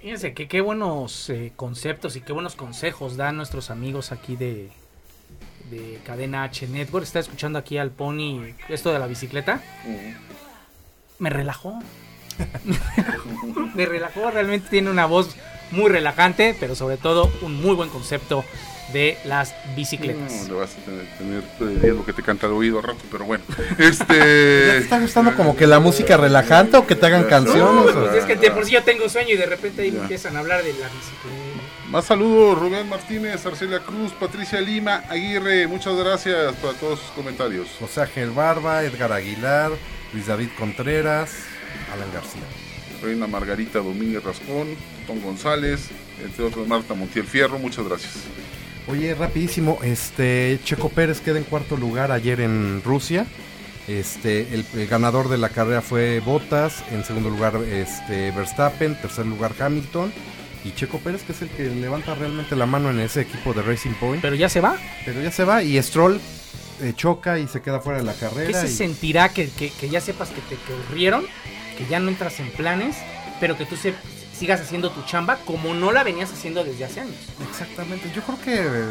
[SPEAKER 2] Fíjense que qué buenos eh, conceptos y qué buenos consejos dan nuestros amigos aquí de, de Cadena H Network. Está escuchando aquí al Pony esto de la bicicleta. Me relajó. Me relajó. Realmente tiene una voz muy relajante, pero sobre todo un muy buen concepto de las bicicletas.
[SPEAKER 3] No, le vas a tener, tener todo el día lo que te canta de oído al rato, pero bueno. [laughs] Este.
[SPEAKER 4] ¿Te está gustando como que la música relajante o que te hagan canciones?
[SPEAKER 2] Pues es que de por sí yo tengo sueño y de repente ahí me empiezan a hablar de la bicicleta.
[SPEAKER 3] Más saludos, Rubén Martínez, Arcelia Cruz, Patricia Lima, Aguirre, muchas gracias para todos sus comentarios.
[SPEAKER 4] José Ángel Barba, Edgar Aguilar, Luis David Contreras, Alan García.
[SPEAKER 3] Reina Margarita Domínguez Rascón, Tom González, entre otros Marta Montiel Fierro, muchas gracias.
[SPEAKER 4] Oye, rapidísimo, este Checo Pérez queda en cuarto lugar ayer en Rusia. Este, el, el ganador de la carrera fue Bottas, en segundo lugar este Verstappen, tercer lugar Hamilton y Checo Pérez que es el que levanta realmente la mano en ese equipo de Racing Point.
[SPEAKER 2] Pero ya se va.
[SPEAKER 4] Pero ya se va y Stroll eh, choca y se queda fuera de la carrera.
[SPEAKER 2] ¿Qué se
[SPEAKER 4] y-
[SPEAKER 2] sentirá que, que- que ya sepas que te corrieron, que ya no entras en planes, pero que tú se- sigas haciendo tu chamba como no la venías haciendo desde hace años?
[SPEAKER 4] Exactamente, yo creo que eh,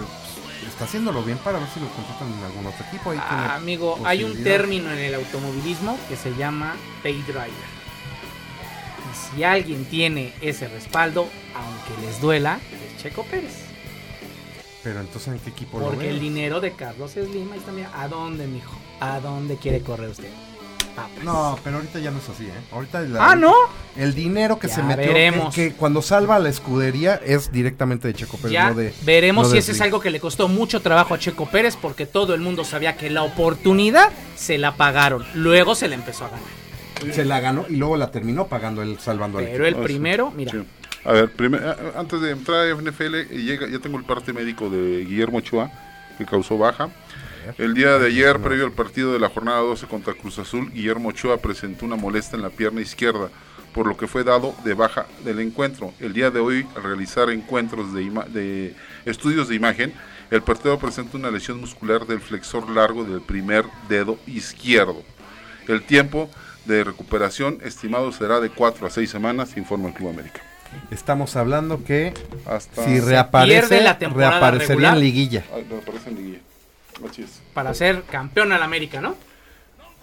[SPEAKER 4] pues, está haciéndolo bien para ver si lo contratan en algún otro equipo. Ahí tiene
[SPEAKER 2] Ah, amigo, hay un
[SPEAKER 4] posibilidad.
[SPEAKER 2] término en el automovilismo que se llama pay driver. Y si alguien tiene ese respaldo, aunque les duela, es Checo Pérez.
[SPEAKER 4] Pero entonces, ¿en qué equipo lo
[SPEAKER 2] Porque
[SPEAKER 4] ven?
[SPEAKER 2] el dinero de Carlos Slim, ahí está, mira, ¿a dónde, mijo? ¿A dónde quiere correr usted? Papas.
[SPEAKER 4] No, pero ahorita ya no es así, ¿eh? Ahorita la-
[SPEAKER 2] Ah, ¿no?
[SPEAKER 4] El dinero que
[SPEAKER 2] Ya
[SPEAKER 4] se metió,
[SPEAKER 2] veremos.
[SPEAKER 4] Que, que cuando salva a la escudería es directamente de Checo Pérez.
[SPEAKER 2] ya
[SPEAKER 4] no Pues de-
[SPEAKER 2] veremos
[SPEAKER 4] no
[SPEAKER 2] si
[SPEAKER 4] de
[SPEAKER 2] ese es
[SPEAKER 4] Slim.
[SPEAKER 2] algo que le costó mucho trabajo a Checo Pérez porque todo el mundo sabía que la oportunidad se la pagaron. Luego se la empezó a ganar.
[SPEAKER 4] Se la ganó y luego la terminó pagando él salvando al
[SPEAKER 2] Pero el
[SPEAKER 3] Ah,
[SPEAKER 4] equipo.
[SPEAKER 2] primero, mira.
[SPEAKER 3] A ver, primer- a- a- antes de entrar a NFL, eh, llega, ya tengo el parte médico de Guillermo Ochoa, que causó baja. El día de ayer, previo al partido de la jornada 12 contra Cruz Azul, Guillermo Ochoa presentó una molestia en la pierna izquierda, por lo que fue dado de baja del encuentro. El día de hoy, al realizar encuentros de, ima- de estudios de imagen, el portero presenta una lesión muscular del flexor largo del primer dedo izquierdo. El tiempo de recuperación estimado será de 4 a 6 semanas, informa el Club América.
[SPEAKER 4] Estamos hablando que
[SPEAKER 3] Hasta
[SPEAKER 4] si
[SPEAKER 3] Se
[SPEAKER 4] reaparece,
[SPEAKER 2] pierde la temporada
[SPEAKER 4] reaparecería
[SPEAKER 2] regular.
[SPEAKER 4] en liguilla.
[SPEAKER 3] Ay, no, aparece en liguilla. Así es.
[SPEAKER 2] Para ser campeón al América, ¿no?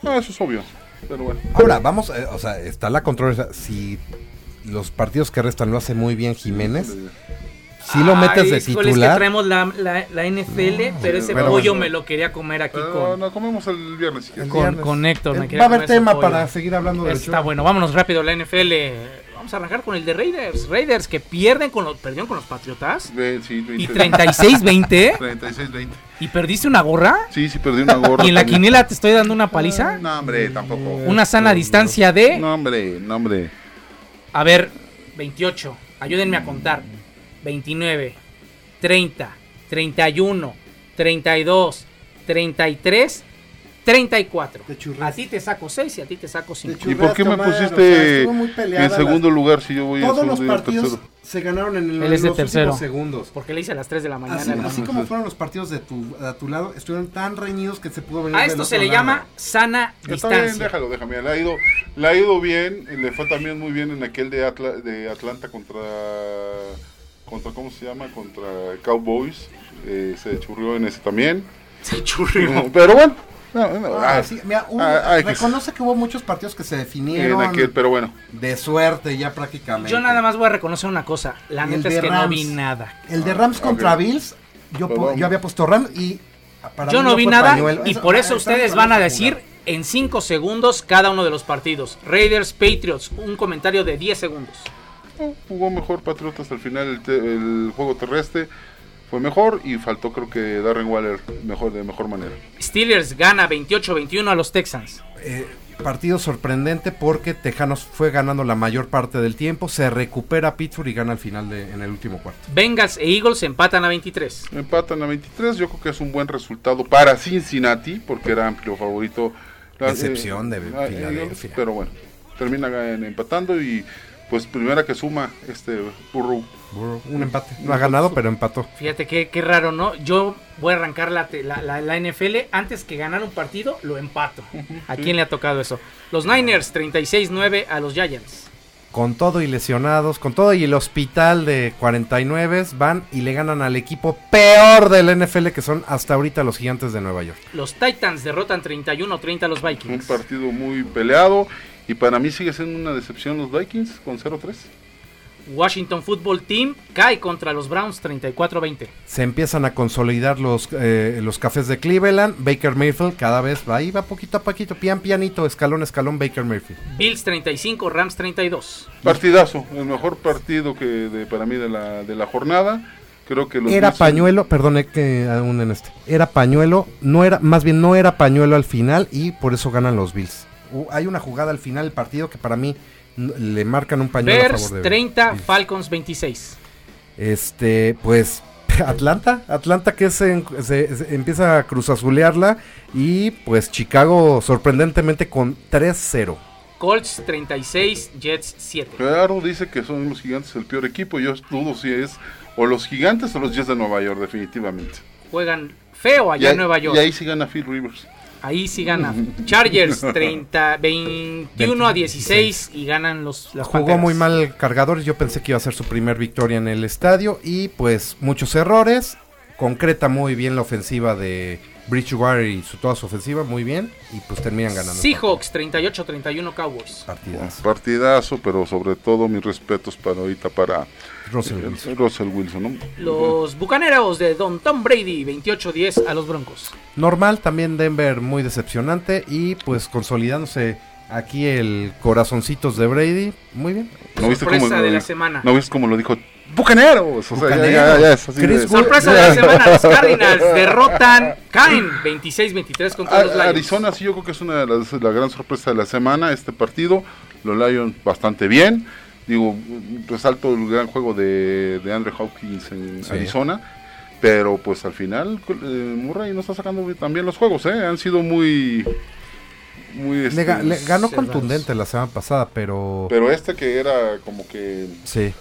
[SPEAKER 3] No, eso es obvio. Pero bueno.
[SPEAKER 4] Ahora, vamos, eh, o sea, está la controversia. Si los partidos que restan lo hace muy bien Jiménez, si lo metes
[SPEAKER 2] Ay,
[SPEAKER 4] de
[SPEAKER 2] híjole, Es que
[SPEAKER 4] titular,
[SPEAKER 2] traemos la, la- la NFL, pero ese
[SPEAKER 4] pero
[SPEAKER 2] pollo
[SPEAKER 4] bueno.
[SPEAKER 2] me lo quería comer aquí
[SPEAKER 3] Pero
[SPEAKER 2] con,
[SPEAKER 3] no, comemos el viernes si quieres.
[SPEAKER 2] con, con Héctor. me
[SPEAKER 4] eh,
[SPEAKER 2] quería
[SPEAKER 4] va a
[SPEAKER 2] comer
[SPEAKER 4] haber
[SPEAKER 2] ese
[SPEAKER 4] tema
[SPEAKER 2] pollo.
[SPEAKER 4] para seguir hablando de
[SPEAKER 2] Está bueno, vámonos rápido a la NFL. Vamos a arrancar con el de Raiders. Raiders que pierden con los, perdieron con los Patriotas.
[SPEAKER 3] Ve- sí, 20. [laughs]
[SPEAKER 2] ¿Y 36-20?
[SPEAKER 3] 36-20.
[SPEAKER 2] ¿Y perdiste una gorra?
[SPEAKER 3] Sí, sí, perdí una gorra.
[SPEAKER 2] ¿Y en la
[SPEAKER 3] también.
[SPEAKER 2] quiniela te estoy dando una paliza? Eh,
[SPEAKER 3] No, hombre, tampoco.
[SPEAKER 2] Una sana distancia de...
[SPEAKER 3] No, hombre, no, hombre.
[SPEAKER 2] A ver, 28. Ayúdenme a contar. 29, 30, 31, 32, 33, 34. A ti te saco 6 y a ti te saco 5.
[SPEAKER 3] ¿Y por qué me
[SPEAKER 11] Tomás,
[SPEAKER 3] pusiste
[SPEAKER 11] o sea, estuvo muy peleada
[SPEAKER 3] en segundo
[SPEAKER 11] las-
[SPEAKER 3] lugar si yo voy en
[SPEAKER 11] Todos
[SPEAKER 3] segundo
[SPEAKER 11] los
[SPEAKER 3] y en
[SPEAKER 11] partidos
[SPEAKER 3] tercero?
[SPEAKER 11] se ganaron en el-
[SPEAKER 2] Él es de
[SPEAKER 11] los
[SPEAKER 2] tercero.
[SPEAKER 11] últimos segundos.
[SPEAKER 2] Porque le hice a las 3 de la mañana.
[SPEAKER 11] Así,
[SPEAKER 2] hermano.
[SPEAKER 11] así como fueron los partidos de tu, a tu lado, estuvieron tan reñidos que se pudo venir.
[SPEAKER 2] A
[SPEAKER 11] del
[SPEAKER 2] esto
[SPEAKER 11] otro
[SPEAKER 2] se le
[SPEAKER 11] lado.
[SPEAKER 2] llama sana
[SPEAKER 3] Está bien,
[SPEAKER 2] distancia.
[SPEAKER 3] déjalo, déjame. Le ha ido, le ha ido bien, y le fue también muy bien en aquel de, Atla- de Atlanta contra, contra, ¿cómo se llama? Contra Cowboys. Eh, se churrió en ese también.
[SPEAKER 2] Se churrió.
[SPEAKER 3] Pero bueno, no, no,
[SPEAKER 11] Ah,
[SPEAKER 3] ah,
[SPEAKER 11] sí, mira, hubo-
[SPEAKER 3] ah, hay que-
[SPEAKER 11] reconoce que hubo muchos partidos que se
[SPEAKER 3] en
[SPEAKER 11] definieron
[SPEAKER 3] aquel, pero bueno.
[SPEAKER 11] de suerte ya prácticamente.
[SPEAKER 2] Yo nada más voy a reconocer una cosa. La
[SPEAKER 11] Y
[SPEAKER 2] neta
[SPEAKER 11] el
[SPEAKER 2] es
[SPEAKER 11] de
[SPEAKER 2] que no
[SPEAKER 11] Rams.
[SPEAKER 2] vi nada.
[SPEAKER 11] El de Rams contra
[SPEAKER 2] ok.
[SPEAKER 11] Bills, yo,
[SPEAKER 2] Pero
[SPEAKER 11] pu-
[SPEAKER 2] vamos.
[SPEAKER 11] yo había puesto Rams y para
[SPEAKER 2] Yo
[SPEAKER 11] mí
[SPEAKER 2] no vi
[SPEAKER 11] fue
[SPEAKER 2] nada
[SPEAKER 11] pañuelo.
[SPEAKER 2] y por eso
[SPEAKER 11] ah,
[SPEAKER 2] ustedes
[SPEAKER 11] estamos
[SPEAKER 2] van a
[SPEAKER 11] hablando
[SPEAKER 2] decir en 5 segundos cada uno de los partidos. Raiders, Patriots, un comentario de 10 segundos.
[SPEAKER 3] Eh, Jugó mejor Patriotas al final el, te- el juego terrestre. Fue mejor y faltó creo que Darren Waller mejor de mejor manera.
[SPEAKER 2] Steelers gana 28-21 a los Texans.
[SPEAKER 4] Eh, Partido sorprendente porque Tejanos fue ganando la mayor parte del tiempo, se recupera Pittsburgh y gana al final de, en el último cuarto.
[SPEAKER 2] Bengals e Eagles empatan a 23.
[SPEAKER 3] Empatan a 23, yo creo que es un buen resultado para Cincinnati porque era amplio favorito. La-
[SPEAKER 4] Decepción de
[SPEAKER 3] ah,
[SPEAKER 4] Filadelfia.
[SPEAKER 3] eh, Pero bueno, termina gan- empatando y pues primera que suma este Burrow.
[SPEAKER 4] Un empate. No ha ganado, pero empató.
[SPEAKER 2] Fíjate qué, qué raro, ¿no? Yo voy a arrancar la, te- la, la- la NFL. Antes que ganar un partido, lo empato. ¿A quién le ha tocado eso? Los Niners 36-9 a los Giants.
[SPEAKER 4] Con todo y lesionados, con todo y el hospital de 49 van y le ganan al equipo peor del NFL que son hasta ahorita los gigantes de Nueva York.
[SPEAKER 2] Los Titans derrotan 31-30 a los
[SPEAKER 3] Un
[SPEAKER 2] Vikings.
[SPEAKER 3] partido muy peleado y para mí sigue siendo una decepción los Vikings con 0-3.
[SPEAKER 2] Washington Football Team cae contra los Browns 34-20.
[SPEAKER 4] Se empiezan a consolidar los, eh, los cafés de Cleveland. Baker Mayfield cada vez va ahí, va poquito a poquito, pian pianito, escalón a escalón, Baker Mayfield.
[SPEAKER 2] Bills 35, Rams 32.
[SPEAKER 3] Partidazo, el mejor partido que de- para mí de la, de la jornada. Creo que los
[SPEAKER 4] Era
[SPEAKER 3] Bills-
[SPEAKER 4] pañuelo, perdón, eh, que aún en este. Era pañuelo, no era, más bien no era pañuelo al final y por eso ganan los Bills. Uh, hay una jugada al final del partido que para mí n- le marcan un pañuelo a
[SPEAKER 2] Bears
[SPEAKER 4] favor de
[SPEAKER 2] 30, Falcons 26.
[SPEAKER 4] Este, pues [laughs] Atlanta, Atlanta que se, se- se empieza a cruzazulearla y pues Chicago sorprendentemente con 3-0.
[SPEAKER 2] Colts 36, Jets 7.
[SPEAKER 3] Claro, dice que son los gigantes el peor equipo. Yo dudo si es o los gigantes o los Jets de Nueva York, definitivamente.
[SPEAKER 2] Juegan feo allá
[SPEAKER 3] Y ahí-
[SPEAKER 2] en Nueva York.
[SPEAKER 3] Y ahí sí gana Phil Rivers.
[SPEAKER 2] Ahí sí gana.
[SPEAKER 3] [laughs]
[SPEAKER 2] Chargers 30, 21 a 16 y ganan los las
[SPEAKER 4] Jugó
[SPEAKER 2] Panteras.
[SPEAKER 4] muy mal Cargadores, yo pensé que iba a ser su primer victoria en el estadio y pues muchos errores. Concreta muy bien la ofensiva de Bridgewater y su, toda su ofensiva, muy bien. Y pues terminan ganando.
[SPEAKER 2] Seahawks 38-31 Cowboys.
[SPEAKER 3] Partidazo. pero sobre todo mis respetos para ahorita para
[SPEAKER 4] Russell
[SPEAKER 3] eh,
[SPEAKER 4] Wilson.
[SPEAKER 3] Russell Wilson, ¿no?
[SPEAKER 2] Los Bucaneros de Don Tom Brady 28-10 a los Broncos.
[SPEAKER 4] Normal, también Denver muy decepcionante y pues consolidándose aquí el corazoncitos de Brady, muy bien.
[SPEAKER 3] ¿No viste
[SPEAKER 2] Sorpresa
[SPEAKER 3] cómo lo
[SPEAKER 2] de la
[SPEAKER 3] dijo?
[SPEAKER 2] semana.
[SPEAKER 3] ¿No viste cómo lo dijo? ¡Bucaneros! O sea, ya- ya,
[SPEAKER 4] Bucaneros.
[SPEAKER 3] ya es así
[SPEAKER 4] Chris
[SPEAKER 3] de-
[SPEAKER 2] Sorpresa de la semana, los Cardinals
[SPEAKER 3] [laughs]
[SPEAKER 2] derrotan, caen 26-23 contra los
[SPEAKER 3] A-
[SPEAKER 2] Lions.
[SPEAKER 3] Arizona sí yo creo que es una de las la gran sorpresa de la semana este partido. Los Lions bastante bien. Digo, resalto el gran juego de, de Andre Hopkins en
[SPEAKER 4] Sí.
[SPEAKER 3] Arizona. Pero pues al final eh, Murray no está sacando tan bien los juegos, ¿eh? Han sido muy... muy
[SPEAKER 4] Le,
[SPEAKER 3] este,
[SPEAKER 4] ga- le ganó
[SPEAKER 3] cerrados.
[SPEAKER 4] contundente la semana pasada, pero...
[SPEAKER 3] Pero este que era como que...
[SPEAKER 4] Sí.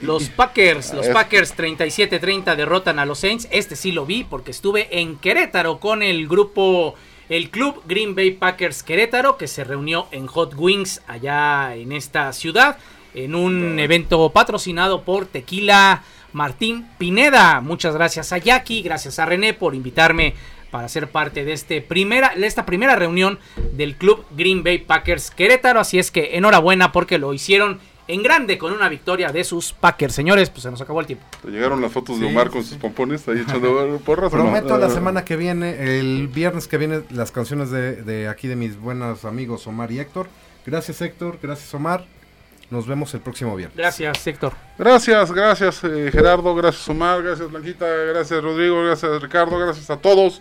[SPEAKER 2] Los Packers, los
[SPEAKER 3] Es-
[SPEAKER 2] Packers 37-30 derrotan a los Saints. Este sí lo vi porque estuve en Querétaro con el grupo, el club Green Bay Packers Querétaro que se reunió en Hot Wings allá en esta ciudad en un evento patrocinado por Tequila Martín Pineda. Muchas gracias a Jackie, gracias a René por invitarme para ser parte de este primera, de esta primera reunión del club Green Bay Packers Querétaro. Así es que enhorabuena porque lo hicieron en grande con una victoria de sus Packers. Señores, pues se nos acabó el tiempo.
[SPEAKER 3] Te llegaron las fotos de
[SPEAKER 4] Sí,
[SPEAKER 3] Omar con sus pompones ahí
[SPEAKER 4] [laughs]
[SPEAKER 3] echando porras. ¿o no?
[SPEAKER 4] Prometo
[SPEAKER 3] Ah,
[SPEAKER 4] la semana que viene, el viernes que viene, las canciones de, de aquí de mis buenos amigos Omar y Héctor. Gracias Héctor, gracias Omar. Nos vemos el próximo viernes.
[SPEAKER 2] Gracias, Héctor.
[SPEAKER 3] Gracias, gracias eh, Gerardo, gracias Omar, gracias Blanquita, gracias Rodrigo, gracias Ricardo, gracias a todos.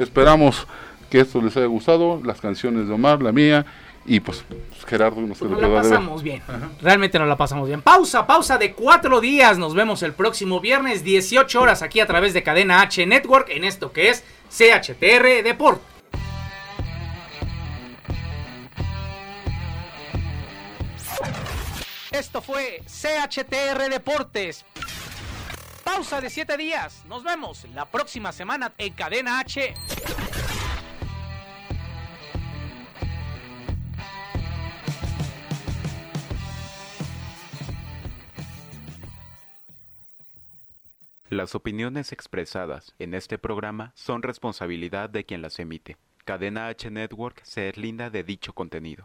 [SPEAKER 3] Esperamos que esto les haya gustado, las canciones de Omar, la mía y pues Gerardo nos
[SPEAKER 2] Nos Pues la pasamos bien. Realmente nos la pasamos bien. Pausa, pausa de cuatro días. Nos vemos el próximo viernes, 18 horas, aquí a través de Cadena H Network, en esto que es CHTR Deport. Esto fue CHTR Deportes. Pausa de siete días. Nos vemos la próxima semana en Cadena H.
[SPEAKER 12] Las opiniones expresadas en este programa son responsabilidad de quien las emite. Cadena H Network se deslinda de dicho contenido.